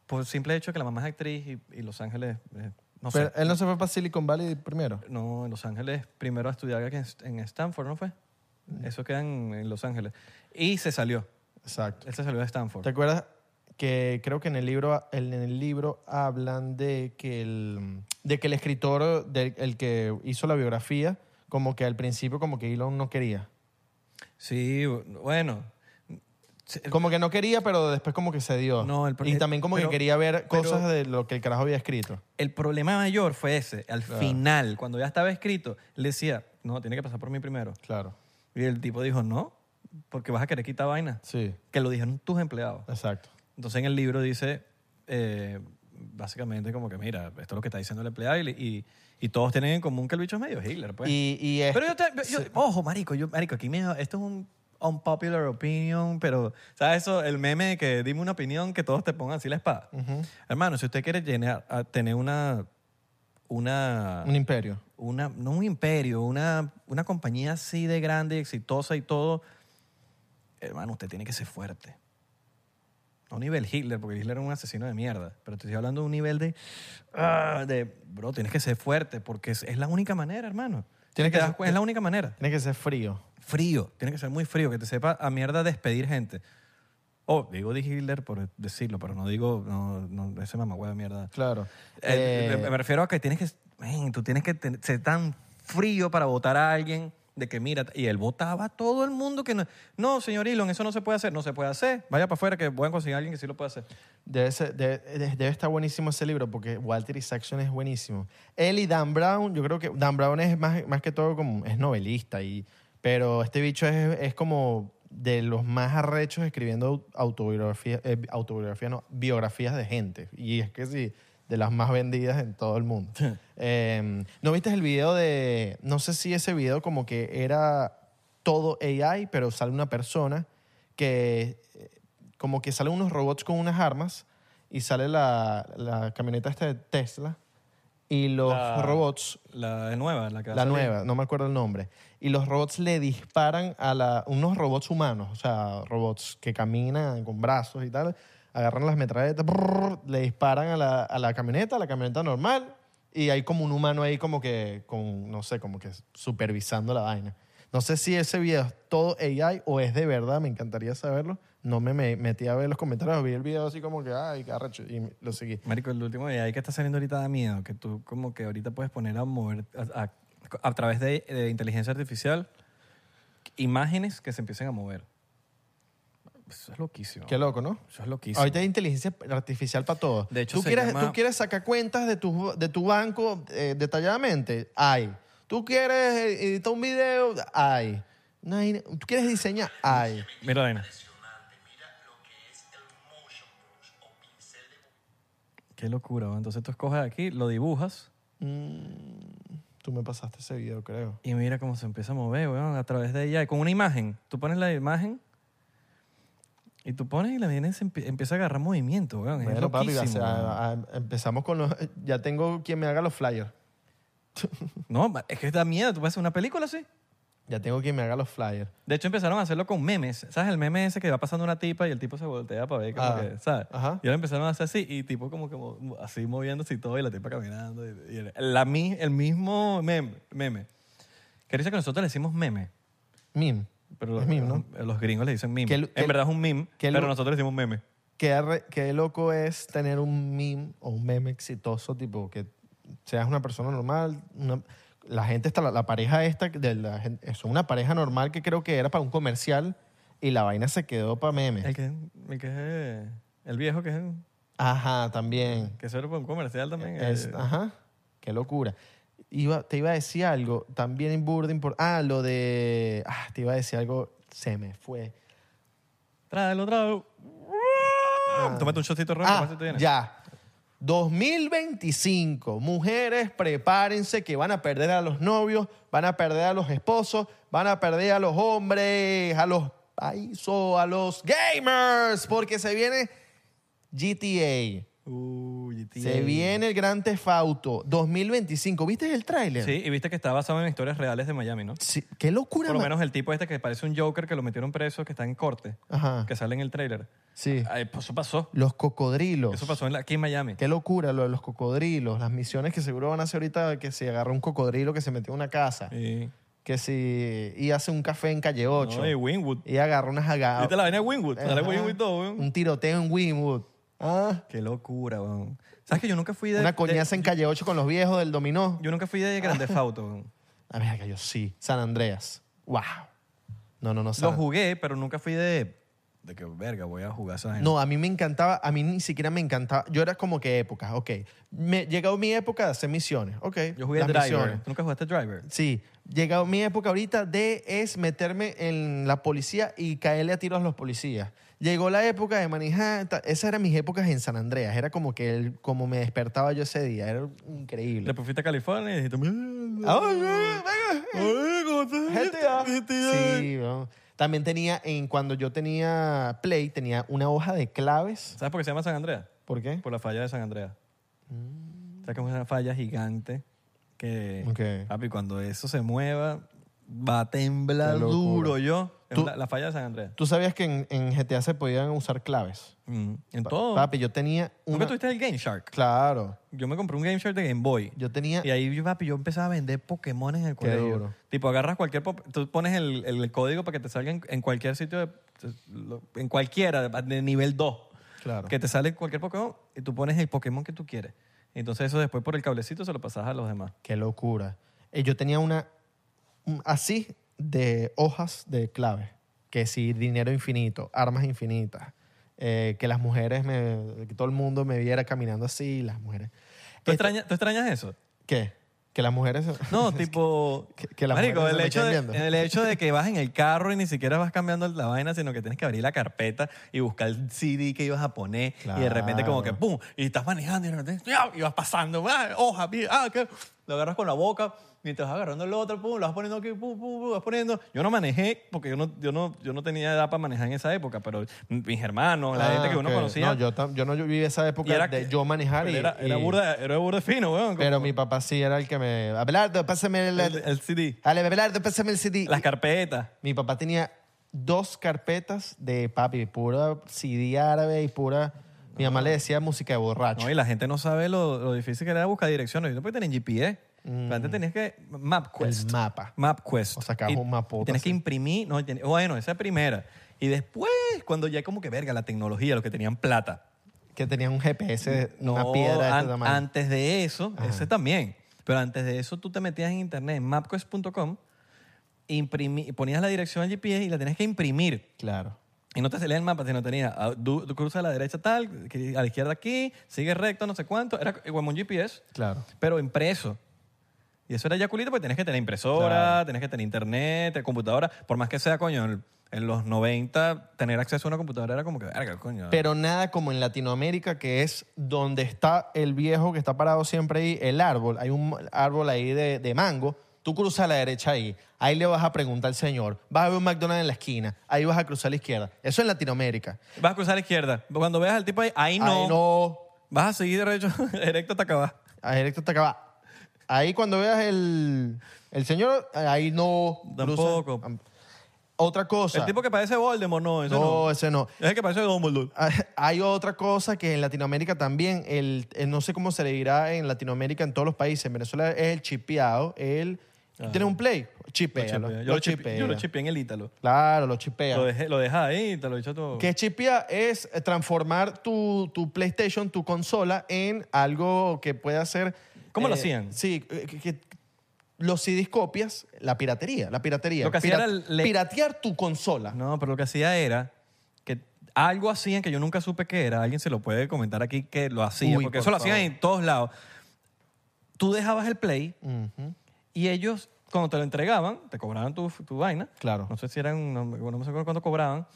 S1: por simple hecho que la mamá es actriz y, y Los Ángeles, eh, no
S3: Pero
S1: sé.
S3: él no se fue para Silicon Valley primero.
S1: No, en Los Ángeles, primero a estudiar aquí en en Stanford, ¿no fue?
S3: Mm.
S1: Eso queda en, en Los Ángeles. Y se salió.
S3: Exacto.
S1: Él se salió de
S3: ¿Te
S1: Stanford.
S3: acuerdas que creo que en el libro, en el libro hablan de que el, de que el escritor, del el que hizo la biografía, como que al principio como que Elon no quería.
S1: Sí, bueno. Se-
S3: Como que no quería, pero después como que se dio.
S1: No, el pro-
S3: y también como
S1: pero-
S3: que quería ver
S1: pero-
S3: cosas de lo que el carajo había escrito.
S1: El problema mayor fue ese. Al final, cuando ya estaba escrito, le decía, no, tiene que pasar por mí primero.
S3: Claro.
S1: Y el tipo dijo, no, porque vas a querer quitar vaina.
S3: Sí,
S1: Que lo dijeron tus empleados.
S3: exacto.
S1: Entonces en el libro dice, eh, básicamente como que mira, esto es lo que está diciendo el empleado y, y- y todos tienen en común que el bicho es medio Hitler, pues.
S3: Y, y es-
S1: pero yo, te- yo- ojo, marico, yo, marico, aquí me, esto es un unpopular opinion, pero, ¿sabes eso? El meme de que dime una opinión que todos te pongan así la espada. Hermano, si usted quiere llenar, a tener una, una,
S3: un imperio.
S1: una, no un imperio, una, una compañía así de grande, exitosa y todo, hermano, usted tiene que ser fuerte. No nivel Hitler, porque Hitler era un asesino de mierda, pero te estoy hablando de un nivel de, ah, de bro, tienes que ser fuerte, porque es, es la única manera, hermano. Tienes
S3: Tienes que
S1: que
S3: ser-
S1: es la única manera.
S3: Tiene que ser frío.
S1: Frío, tiene que ser muy frío, que te sepa a mierda despedir gente. O digo de Hitler por decirlo, pero no digo no, no, ese mamagüey de mierda.
S3: Claro.
S1: Eh,
S3: Eh,
S1: me- me refiero a que tienes que, men, tú tienes que ten- ser tan frío para votar a alguien de que mira, y él votaba a todo el mundo que no, no, señor Elon, eso no se puede hacer, no se puede hacer, vaya para afuera que pueden conseguir a alguien que sí lo pueda hacer.
S3: Debe, ser- debe, de- debe estar buenísimo ese libro porque Walter Isaacson es buenísimo. Él y Dan Brown, yo creo que Dan Brown es más, más que todo como es novelista, y, pero este bicho es, es como de los más arrechos escribiendo autobiografías, eh, autobiografías no, biografías de gente. Y es que sí, de las más vendidas en todo el mundo. Eh, ¿No viste el video de, no sé si ese video como que era todo AI, pero sale una persona que eh, como que salen unos robots con unas armas y sale la, la camioneta esta de Tesla y los
S1: La-
S3: robots,
S1: La nueva, la que va a
S3: la
S1: salir.
S3: nueva, no me acuerdo el nombre, y los robots le disparan a la, unos robots humanos, o sea, robots que caminan con brazos y tal, agarran las metralletas, brrr, le disparan a la, a la camioneta, a la camioneta normal, y hay como un humano ahí como que, con, no sé, como que supervisando la vaina. No sé si ese video es todo AI o es de verdad, me encantaría saberlo. No me me- metí a ver los comentarios, vi el video así como que, ay, qué arrecho", y lo seguí.
S1: Marico, el último de ahí que está saliendo ahorita da miedo, que tú como que ahorita puedes poner a mover a, a- a través de, de inteligencia artificial imágenes que se empiecen a mover. Eso es loquísimo.
S3: Qué loco, ¿no?
S1: Eso es loquísimo.
S3: Ahorita hay inteligencia artificial para todo.
S1: De hecho,
S3: ¿Tú
S1: se
S3: quieres,
S1: llama-
S3: tú quieres sacar cuentas de tu, de tu banco eh, detalladamente? Hay. ¿Tú quieres eh, editar un video? Hay. No hay- ¿Tú quieres diseñar? Hay.
S1: Mira, Dana. Qué locura. ¿no? Entonces tú escoges aquí, lo dibujas
S3: Tú me pasaste ese video, creo.
S1: y mira cómo se empieza a mover, weón, a través de ella. Con una imagen. Tú pones la imagen y tú pones y la imagen se empie- empieza a agarrar movimiento, weón. Es
S3: Bueno, papi,
S1: loquísimo,
S3: o sea,
S1: weón.
S3: a- a- empezamos con los... Ya tengo quien me haga los flyers.
S1: No, ma- es que da miedo. Tú puedes hacer una película así.
S3: Ya tengo quien me haga los flyers.
S1: De hecho, empezaron a hacerlo con memes. ¿Sabes? El meme ese que va pasando una tipa y el tipo se voltea para ver, como
S3: Ah,
S1: que, ¿sabes?
S3: ajá.
S1: Y ahora empezaron a hacer así y tipo como que mo- así moviéndose y todo y la tipa caminando. Y, y la, mi- el mismo meme. meme. Que dice que nosotros le decimos meme.
S3: Meme.
S1: Pero
S3: Es
S1: los,
S3: meme, ¿no?
S1: los gringos le dicen meme.
S3: Que el- que el-
S1: en verdad es un meme,
S3: que el-
S1: pero nosotros le decimos meme.
S3: Qué, arre- qué loco es tener un meme o un meme exitoso, tipo que seas una persona normal. una- la gente está, la, la pareja esta, de la gen- es una pareja normal que creo que era para un comercial y la vaina se quedó para memes.
S1: El que, el que es el viejo que es
S3: Ajá, también.
S1: que solo para un comercial también.
S3: Es- ah.
S1: eh,
S3: ajá, qué locura. Iba, te iba a decir algo también en Burden. Por, ah, lo de. Ah, te iba a decir algo, se me fue.
S1: tráelo, tráelo. Tómate un shotcito rojo,
S3: Ah,
S1: ¿cuánto tienes?
S3: ya. 2025, mujeres, prepárense que van a perder a los novios, van a perder a los esposos, van a perder a los hombres, a los paisos, a los gamers, porque se viene GTA.
S1: Uy, tío.
S3: Se viene el Gran Tefauto 2025. ¿Viste el tráiler?
S1: Sí, y viste que está basado en historias reales de Miami, ¿no?
S3: Sí, Qué locura.
S1: Por lo
S3: ma-
S1: menos el tipo este que parece un Joker que lo metieron preso, que está en corte,
S3: Ajá.
S1: que sale en el trailer.
S3: Ah. Sí.
S1: eso pasó.
S3: Los cocodrilos.
S1: Eso pasó en la- aquí en Miami.
S3: Qué locura lo de los cocodrilos. Las misiones que seguro van a hacer ahorita que si agarra un cocodrilo que se metió en una casa.
S1: Sí.
S3: Que si. Y hace un café en calle 8.
S1: No, y Winwood.
S3: y agarra unas agadas.
S1: ¿Viste la vaina de Winwood? Sale Winwood todo, weón.
S3: Un tiroteo en Winwood. Ah,
S1: Qué locura, weón. ¿Sabes que yo nunca fui de...
S3: una
S1: de-
S3: coñaza en calle 8 con los viejos del dominó.
S1: yo nunca fui de Grande Auto, weón.
S3: A ver, acá yo sí. San Andreas. ¡Wow! No, no, no. San
S1: Lo jugué, pero nunca fui de... De que, verga, voy a jugar esa vaina.
S3: No, a mí me encantaba, a mí ni siquiera me encantaba. Yo era como que épocas, ok. Me, llegó mi época de hacer misiones, ok.
S1: Yo jugué
S3: las
S1: Driver.
S3: misiones.
S1: ¿Tú nunca jugaste Driver?
S3: Sí, llegado mi época ahorita de es meterme en la policía y caerle a tiros a los policías. Llegó la época de manejar, ta- esas eran mis épocas en San Andreas, era como que el- como me despertaba yo ese día, era increíble.
S1: Le fuiste a California y dijiste... "Mierda".
S3: Ay, ay, ay, ay.
S1: Ay, ¿cómo estás?
S3: GTA.
S1: GTA.
S3: ah, Sí, weón. también tenía, en cuando yo tenía Play, tenía una hoja de claves.
S1: ¿Sabes por qué se llama San Andreas?
S3: ¿Por qué?
S1: Por la falla de San Andreas. O sea, que es una falla gigante que,
S3: Ok.
S1: papi, cuando eso se mueva, va a temblar
S3: Qué locura.
S1: duro yo. Es
S3: Tú-
S1: la, la falla de San Andreas.
S3: ¿Tú sabías que en, en GTA se podían usar claves?
S1: Mm, En
S3: Pa-
S1: todo.
S3: Papi, yo tenía
S1: ¿Nunca
S3: una...
S1: tuviste el Game Shark?
S3: Claro.
S1: Yo me compré un Game Shark de Game Boy.
S3: Yo tenía...
S1: Y ahí, yo, papi, yo empezaba a vender Pokémon en el colegio.
S3: duro.
S1: Tipo, agarras cualquier... pop- Tú pones el, el código para que te salga en, en cualquier sitio, de- lo- en cualquiera, de nivel 2.
S3: Claro.
S1: Que te sale cualquier Pokémon y tú pones el Pokémon que tú quieres. Entonces eso después por el cablecito se lo pasas a los demás.
S3: Qué locura. Eh, yo tenía una... un- así de hojas de claves. Que sí, dinero infinito, armas infinitas. eh, que las mujeres, me, que todo el mundo me viera caminando así, las mujeres.
S1: ¿Tú,
S3: Esto-
S1: extrañas, ¿tú extrañas eso?
S3: ¿Qué? Que las mujeres...
S1: No, tipo...
S3: que- que las
S1: marico,
S3: mujeres
S1: el
S3: se me
S1: hecho,
S3: queden
S1: de,
S3: viendo.
S1: el hecho de que vas en el carro y ni siquiera vas cambiando la vaina, sino que tienes que abrir la carpeta y buscar el CD que ibas a poner y de repente como que
S3: Claro.
S1: ¡pum! Y estás manejando y de repente ¡ya! y vas pasando, ¡ah! hoja, pi- ah, que lo agarras con la boca mientras vas agarrando el otro, ¡pum! lo vas poniendo aquí, ¡pum! ¡pum! ¡pum! vas poniendo. Yo no manejé porque yo no, yo no, yo no tenía edad para manejar en esa época, pero mis hermanos, la gente que uno
S3: Ah, ok.
S1: conocía...
S3: No, yo, tam- yo no viví esa
S1: y
S3: época de
S1: que-
S3: yo manejar y...
S1: Era, era
S3: y-
S1: burda, era burda fino, weón.
S3: Pero
S1: como-
S3: mi papá sí era el que me... Abelardo, pásame el...
S1: el, el CD.
S3: Ale, Abelardo, pásame el CD.
S1: Las carpetas.
S3: Mi papá tenía dos carpetas de papi, pura CD árabe y pura... Mi mamá le decía música de borracho.
S1: No, y la gente no sabe lo, lo difícil que era buscar direcciones. Yo no tener GPS. Pero Antes tenías que MapQuest.
S3: Mm. El mapa.
S1: MapQuest.
S3: O sacabas
S1: Y-
S3: un mapota,
S1: y Tienes que
S3: sí.
S1: imprimir. No, ten- bueno, esa primera. Y después, cuando ya como que verga la tecnología, los que tenían plata.
S3: Que tenía un GPS, de una
S1: No,
S3: piedra de
S1: an-
S3: este tamaño.
S1: Antes de eso, ese también. Pero antes de eso, tú te metías en internet, en mapquest.com, imprimi- y ponías la dirección al GPS y la tenías que imprimir.
S3: Claro.
S1: Y no te salía el mapa, sino tenía, ah, du- tú cruzas a la derecha tal, que- a la izquierda aquí, sigue recto, no sé cuánto. Era como un GPS,
S3: Claro.
S1: pero impreso. Y eso era ya culito porque tenías que tener impresora, tenías que tener internet, eh, computadora. Por más que sea, coño, en, en los 90, tener acceso a una computadora era como que, verga, coño.
S3: Pero nada como en Latinoamérica, que es donde está el viejo que está parado siempre ahí, el árbol. Hay un árbol ahí de, de mango. Tú cruzas a la derecha ahí. Ahí le vas a preguntar al señor. Vas a ver un McDonald's en la esquina. Ahí vas a cruzar a la izquierda. Eso en Latinoamérica.
S1: Vas a cruzar a la izquierda. Cuando veas al tipo ahí, ahí no.
S3: Ahí no.
S1: Vas a seguir derecho, *laughs* directo hasta acabar.
S3: A directo te acaba. Ahí cuando veas el, el señor, eh, ahí no. cruza.
S1: Tampoco.
S3: Otra cosa.
S1: El tipo que parece Voldemort, no, ese
S3: no,
S1: no.
S3: ese no.
S1: Es el que parece Dumbledore.
S3: Ah, Hay otra cosa que en Latinoamérica también, el, el- no sé cómo se le dirá en Latinoamérica, en todos los países. En Venezuela es el chipeado, el... ¿Tiene un play? Chipea.
S1: Yo Ah. lo chipe- yo lo chipeé en el Ítalo.
S3: Claro, lo chipea.
S1: Lo dejé, lo deja ahí, te lo he dicho todo.
S3: Que chipia es eh, transformar tu, tu PlayStation, tu consola, en algo que pueda ser...
S1: ¿Cómo lo hacían?
S3: Sí, eh, que, que los CDs copias, la piratería, la piratería.
S1: Lo que hacía
S3: Pirat-
S1: era le-
S3: Piratear tu consola.
S1: No, pero lo que hacía era que algo hacían que yo nunca supe qué era. Alguien se lo puede comentar aquí que lo hacía,
S3: Uy,
S1: porque
S3: por
S1: eso lo hacían
S3: favor.
S1: en todos lados. Tú dejabas el play
S3: Ujú.
S1: y ellos, cuando te lo entregaban, te cobraban tu, tu vaina.
S3: Claro.
S1: No sé si eran, no, me- no me acuerdo cuánto cobraban.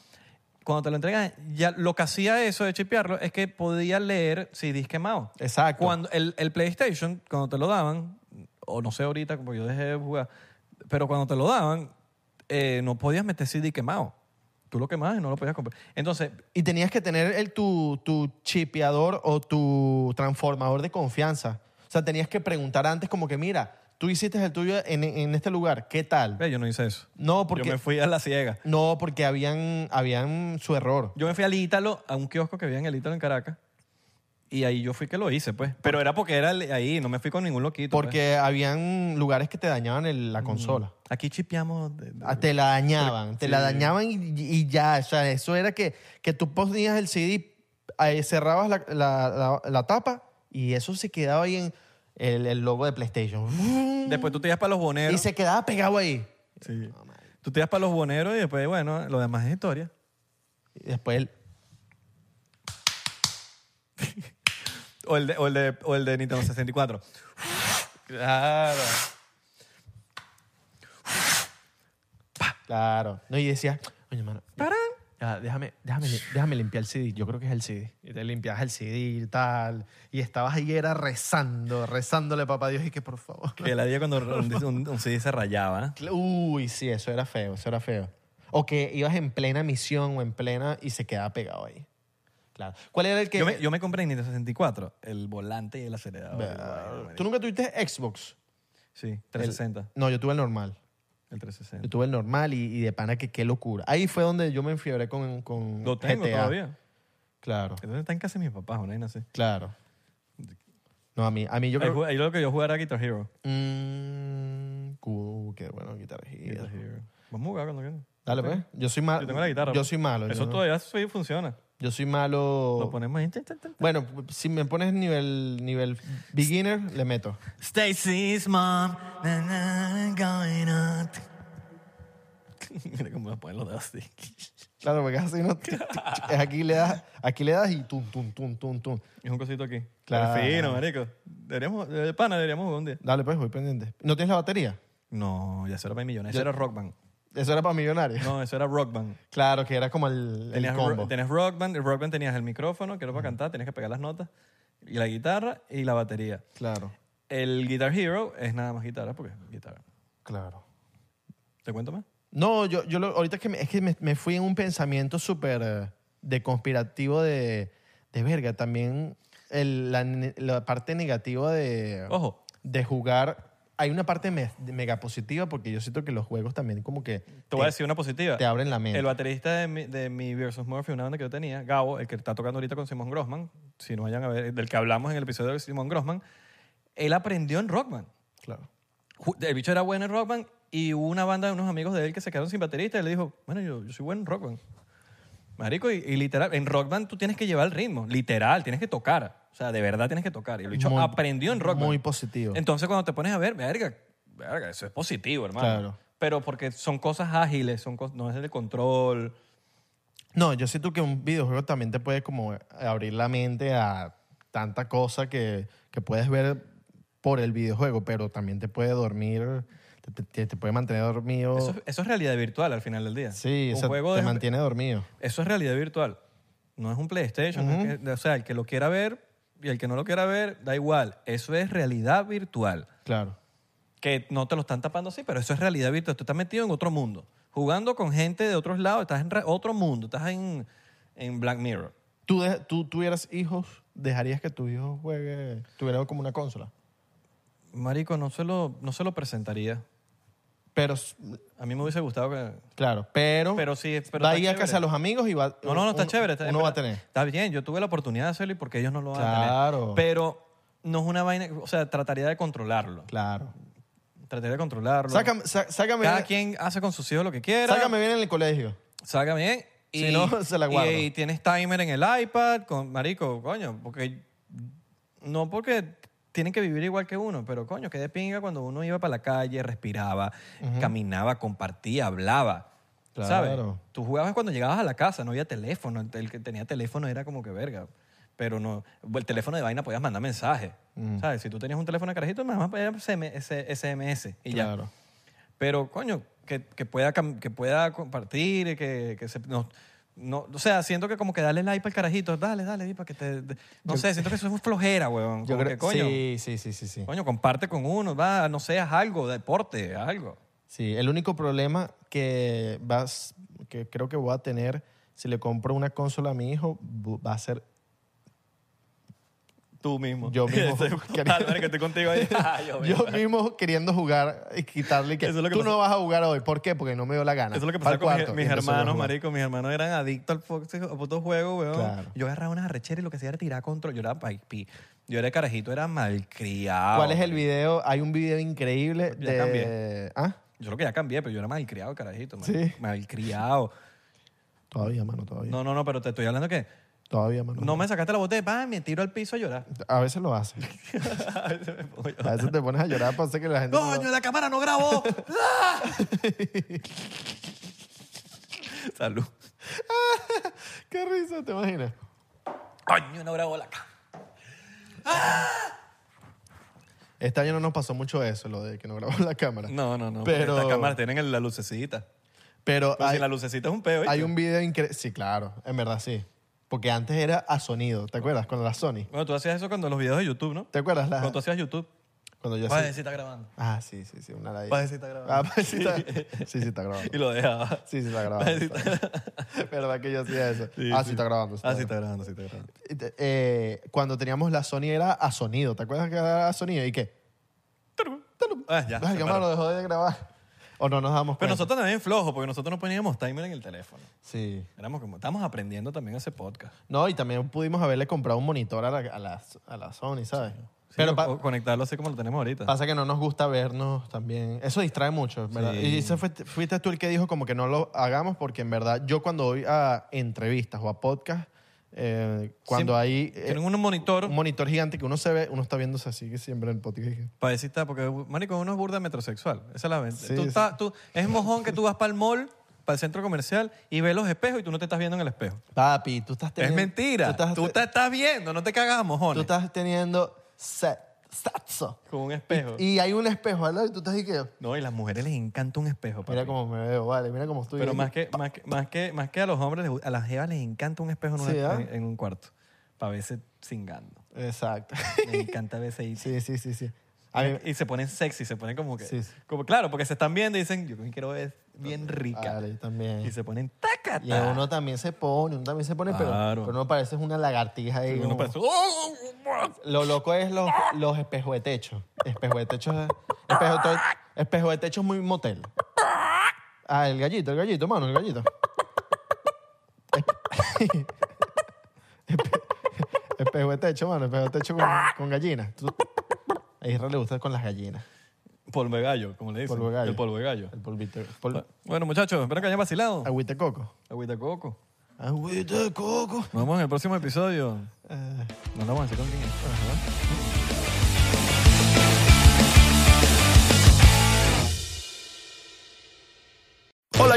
S1: cuando te lo entregan, ya lo que hacía eso de chipearlo es que podía leer CDs quemados.
S3: Exacto.
S1: Cuando el, el PlayStation, cuando te lo daban, o no sé ahorita, como yo dejé de jugar, pero cuando te lo daban, eh, no podías meter CD quemado. Tú lo quemabas y no lo podías comprar. Entonces,
S3: Y tenías que tener el, tu, tu chipeador o tu transformador de confianza. O sea, tenías que preguntar antes como que, mira, tú hiciste el tuyo en, en este lugar, ¿qué tal?
S1: ve, yo no hice eso.
S3: No, porque,
S1: Yo me fui a la ciega.
S3: no, porque habían, habían su error.
S1: Yo me fui al Ítalo, a un kiosco que había en el Ítalo en Caracas. Y ahí yo fui que lo hice, pues. Pero era porque era el- ahí, no me fui con ningún loquito. pues.
S3: Porque habían lugares que te dañaban el- la consola.
S1: Aquí chipeamos. de- de-
S3: Ah, Te la dañaban, te la dañaban y, y ya. O sea, eso era que, que tú ponías el CD, eh, cerrabas la, la- la- la tapa y eso se quedaba ahí en el, el logo de PlayStation.
S1: Después tú te ibas para los
S3: Y
S1: boneros.
S3: se quedaba pegado ahí.
S1: Sí. Tú te ibas para los boneros y después, bueno, lo demás es historia.
S3: Y después el-
S1: O el de, o el de, o el de Nintendo 64. Claro.
S3: Claro. No, y decía, oye, mano. ya, déjame, déjame, li- déjame limpiar el CD. Yo creo que es el CD. Y te limpiabas el CD y tal. Y estabas ahí, era rezando, rezándole a papá Dios y que por favor.
S1: Que la día cuando un, un- un CD se rayaba.
S3: Uy, sí, eso era feo, eso era feo. O que ibas en plena misión o en plena y se quedaba pegado ahí. Claro. ¿Cuál era el que...?
S1: Yo me, yo me compré en Nintendo 64 el volante y el acelerador. Ay,
S3: Ver-
S1: marico.
S3: ¿Tú nunca tuviste Xbox?
S1: Sí, 360.
S3: No, yo tuve el normal.
S1: El
S3: Yo
S1: 360.
S3: tuve el normal y, y de pana que qué locura. Ahí fue donde yo me enfiebré con, con
S1: Lo tengo
S3: GTA.
S1: todavía.
S3: Claro,
S1: Entonces está en casa de mis papás, una vaina así.
S3: claro. No, a mí, a mí yo
S1: Ahí
S3: creo...
S1: ju- Ahí lo que yo jugara Guitar Hero.
S3: Mm, uh, qué bueno, guitarra.
S1: Guitar Hero. Vamos a jugar cuando quieras.
S3: Dale,
S1: Yo tengo-
S3: pues. Yo soy malo.
S1: Yo tengo la guitarra.
S3: Yo
S1: pues.
S3: soy malo.
S1: Eso
S3: yo, no-
S1: todavía sí funciona.
S3: yo soy malo...
S1: Lo ponemos ahí. tin, tin, tin.
S3: Bueno, si me pones nivel, nivel beginner, le meto.
S1: Stacy's mom. na, na, going out. *laughs* Mira cómo me ponen los dedos así. *laughs*
S3: Claro, porque así no. tic, tic, tic. Es Aquí le das, aquí le das y tum, tum, tum, tum, tum.
S1: Es un cosito aquí.
S3: Claro.
S1: Claro. Fino, marico. Deberíamos, de pana, deberíamos jugar un día.
S3: Dale, pues, voy pendiente. ¿No tienes la batería?
S1: No, ya eso era para millones. Eso
S3: Yo-
S1: era Rock Band.
S3: Eso era para millonarios.
S1: No, eso era Rock Band.
S3: Claro, que era como *laughs* el, el
S1: Tenías,
S3: combo.
S1: ro- tenías Rock Band. El Rock Band tenías el micrófono, que era para cantar, tenías que pegar las notas, y la guitarra y la batería.
S3: Claro,
S1: El Guitar Hero es nada más guitarra porque es guitarra.
S3: claro.
S1: ¿Te cuento más?
S3: No, yo, yo lo- ahorita es que, me, es que me, me fui en un pensamiento súper eh, de conspirativo de, de verga. También el- la, ne- la parte negativa de.
S1: Ojo.
S3: De jugar. Hay una parte me- de mega positiva porque yo siento que los juegos también, como que.
S1: Te voy a decir una positiva.
S3: te abren la mente.
S1: El baterista de mi, de mi Versus Murphy, una banda que yo tenía, Gabo, el que está tocando ahorita con Simon Grossman, si no vayan a ver, del que hablamos en el episodio de Simon Grossman, él aprendió en Rockman.
S3: Claro.
S1: Ju- El bicho era bueno en Rockman y hubo una banda de unos amigos de él que se quedaron sin baterista y le dijo, bueno, yo, yo soy bueno en Rockman. Marico, y, y literal, en Rockman tú tienes que llevar el ritmo, literal, tienes que tocar. O sea, de verdad tienes que tocar. Y el bicho
S3: Muy-
S1: aprendió en Rockman.
S3: muy positivo.
S1: Entonces cuando te pones a ver, verga, verga, eso es positivo, hermano.
S3: Claro.
S1: Pero porque son cosas ágiles, son cos- no es el control.
S3: No, yo siento que un videojuego también te puede como eh, abrir la mente a tanta cosa que, que puedes ver por el videojuego, pero también te puede dormir, te, te- te puede mantener dormido.
S1: Eso, eso es realidad virtual al final del día.
S3: sí,
S1: Un
S3: o sea,
S1: juego
S3: te
S1: es-
S3: mantiene dormido.
S1: Eso es realidad virtual. No es un PlayStation. no es que- o sea, el que lo quiera ver y el que no lo quiera ver, da igual. Eso es realidad virtual.
S3: Claro.
S1: Que no te lo están tapando así, pero eso es realidad virtual. Tú estás metido en otro mundo. Jugando con gente de otros lados, estás en re- otro mundo. Estás en, en Black Mirror.
S3: ¿Tú, de- tú tuvieras hijos, dejarías que tu hijo juegue, tuviera como una consola?
S1: Marico, no se lo, no se lo presentaría.
S3: Pero, s-
S1: A mí me hubiese gustado que...
S3: claro, pero,
S1: Pero sí, pero
S3: va a
S1: está
S3: ir a casa
S1: chévere.
S3: de los amigos y va...
S1: No, no, no, está
S3: uno-
S1: chévere. Está,
S3: Uno va a
S1: espera,
S3: tener.
S1: Está bien, yo tuve la oportunidad de hacerlo y porque ellos no lo van a
S3: Claro.
S1: tener. Pero no es una vaina, o sea, trataría de controlarlo.
S3: Claro.
S1: Trataría de controlarlo.
S3: Sácame, sá- sácame,
S1: Cada
S3: bien-
S1: quien hace con sus hijos lo que quiera.
S3: sácame bien en el colegio.
S1: Sácame bien. Y,
S3: Si no, *laughs* se la
S1: y-
S3: guardo.
S1: Y, tienes timer en el iPad, con marico, coño, porque no porque tienen que vivir igual que uno, pero coño, que de pinga cuando uno iba para la calle, respiraba, caminaba, compartía, hablaba.
S3: Claro.
S1: ¿Sabes? Tú jugabas cuando llegabas a la casa, no había teléfono, el que tenía teléfono era como que verga. Pero no, el teléfono de vaina podías mandar mensajes.
S3: Mm.
S1: ¿Sabes? Si tú tenías un teléfono de carajito, nada más podías SMS y ya.
S3: Claro.
S1: Pero, coño, que, que pueda, cam- que pueda compartir, que, que se- no, No, o sea, siento que como que dale like al carajito, dale, dale, di para que te... de- no sé, siento que eso es flojera, weón. Como que, coño,
S3: Sí, sí, sí, sí, sí.
S1: coño, comparte con uno, va, no seas algo, deporte, algo.
S3: Sí, el único problema que vas, que creo que voy a tener si le compro una consola a mi hijo bu- va a ser
S1: Tú mismo.
S3: Yo mismo. *laughs* Ah,
S1: Álvaro, que *laughs* estoy contigo ahí. yo mismo.
S3: yo mismo queriendo jugar y quitarle que,
S1: Eso es lo que
S3: tú
S1: pasa-
S3: no vas a jugar hoy. ¿Por qué? Porque no me dio la gana.
S1: Eso es lo que
S3: Para
S1: pasaba
S3: el
S1: con mis,
S3: cuarto,
S1: mis
S3: y empezó a
S1: hermanos,
S3: jugar.
S1: marico. Mis hermanos eran adictos al fox- al puto juego, weón.
S3: Claro.
S1: Yo agarraba unas arrecheras y lo que hacía era tirar control. Yo era paipi. Yo era carajito, era malcriado.
S3: Ah, ¿Cuál es el
S1: marico.
S3: video? Hay un video increíble
S1: Ya
S3: de...
S1: cambié.
S3: ¿Ah?
S1: Yo creo que ya cambié, pero yo era malcriado, carajito.
S3: Sí.
S1: marico. Malcriado.
S3: Todavía, mano, todavía.
S1: No, no, no, pero te estoy hablando que
S3: Todavía, mano.
S1: no me sacaste la botella, pa, me tiro al piso a
S3: *laughs*
S1: llorar.
S3: A veces lo haces.
S1: A veces me pongo a
S3: A
S1: llorar.
S3: veces te pones a llorar para hacer que la gente... no-
S1: ¡Coño, la cámara no grabó! *laughs* ¡Ah! Salud.
S3: *laughs* ¡Qué risa! ¿Te imaginas?
S1: ¡Coño, no grabó la cámara!
S3: Este año no nos pasó mucho eso, lo de que no grabamos la cámara.
S1: No, no, no.
S3: Pero-
S1: Pero... Estas cámaras tienen el- la lucecita.
S3: Pero
S1: Pero
S3: hay,
S1: si la lucecita es un peo, ¿viste?
S3: hay un video increíble. Sí, claro, en verdad sí. Porque antes era a sonido, ¿te acuerdas? Con la Sony.
S1: Bueno, tú hacías eso cuando los videos de YouTube, ¿no?
S3: ¿Te acuerdas? La,
S1: Cuando tú hacías YouTube.
S3: cuando yo
S1: Vas a
S3: hacía-
S1: decir, está grabando.
S3: Ah, sí, sí, sí, una ladilla.
S1: Parece que está grabando.
S3: Ah, parece
S1: *laughs*
S3: que está- sí, sí, está grabando.
S1: Y lo dejaba.
S3: Sí, sí, está grabando.
S1: Parece que
S3: está *laughs* grabando. ¿Verdad que yo hacía eso? ah, sí, está grabando.
S1: Ah, *laughs* sí, está grabando, sí, está grabando.
S3: grabando. Eh, cuando teníamos la Sony era a sonido, ¿te acuerdas que era a sonido? ¿Y qué?
S1: Ah, ya.
S3: Ay,
S1: se
S3: qué
S1: paró.
S3: malo, dejó de grabar. O no nos damos
S1: Pero
S3: cuenta.
S1: nosotros también flojos, porque nosotros no poníamos timer en el teléfono.
S3: Sí.
S1: Éramos como, estamos aprendiendo también a hacer podcast.
S3: No, y también pudimos haberle comprado un monitor a la, a la, a la Sony, ¿sabes?
S1: Sí,
S3: Pero
S1: o-
S3: pa-
S1: o conectarlo así como lo tenemos ahorita.
S3: pasa que no nos gusta vernos también. Eso distrae mucho, ¿verdad?
S1: Sí.
S3: Y eso fue- fuiste tú el que dijo como que no lo hagamos porque en verdad yo cuando voy a entrevistas o a podcast, eh, cuando
S1: Siempre-
S3: hay eh,
S1: Tienen un monitor
S3: un monitor gigante que uno se ve, uno está viéndose así que siempre en podcast.
S1: para decir, está, porque, marico, uno es burda metrosexual. Esa es la venta.
S3: Sí,
S1: tú
S3: sí.
S1: estás- tú- es mojón que tú vas para el mall, para el centro comercial, y ves los espejos y tú no te estás viendo en el espejo.
S3: Papi, tú estás
S1: Es
S3: teniendo...
S1: mentira.
S3: Tú estás,
S1: Tú te estás viendo, no te cagas a mojones.
S3: tú estás teniendo se- sexo.
S1: Con un espejo.
S3: Y hay un espejo al lado y tú estás ahí que...
S1: No, y las mujeres les encanta un espejo. papi.
S3: Mira cómo me veo, vale, mira cómo estoy.
S1: Pero más que, más, que, más, que, más que a los hombres, les gu- a las jevas les encanta un espejo en, una-
S3: Sí, ¿ah?
S1: en, en un cuarto. Para verse cingando. *laughs*
S3: Exacto.
S1: Les encanta verse ahí.
S3: *laughs* Sí, sí, sí, sí. A mí-
S1: Y se ponen sexy, se ponen como que...
S3: Eh, Sí, sí.
S1: Como, claro, porque se están viendo y dicen, yo me quiero ver bien rica.
S3: Vale, yo también.
S1: Y se ponen tacata.
S3: Y a uno también se pone, uno también se pone, pero-
S1: ah. Claro.
S3: pero, uno parece una lagartija ahí.
S1: uno
S3: como-
S1: parece, "Oh, oh, oh".
S3: Lo loco es los, los espejos de techo. Espejo de techo es- espejo, to- espejo de techo es muy motel. Ah, el gallito, el gallito, mano, el gallito. Espe- *laughs* Espe- espejo de techo, mano, espejo de techo con, con gallinas. Tú- A Israel le gusta con las gallinas.
S1: Polvo de gallo, como le dicen.
S3: Polvo de gallo.
S1: El polvo de gallo. Ah.
S3: El polvito. pol-
S1: Bueno, muchachos, espero que hayan vacilado.
S3: agüita de coco.
S1: Agüita coco.
S3: Agüita de coco. Eh.
S1: Nos vemos en el próximo episodio. Nos vamos a decir con quién es.
S6: Hola,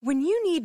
S7: When you need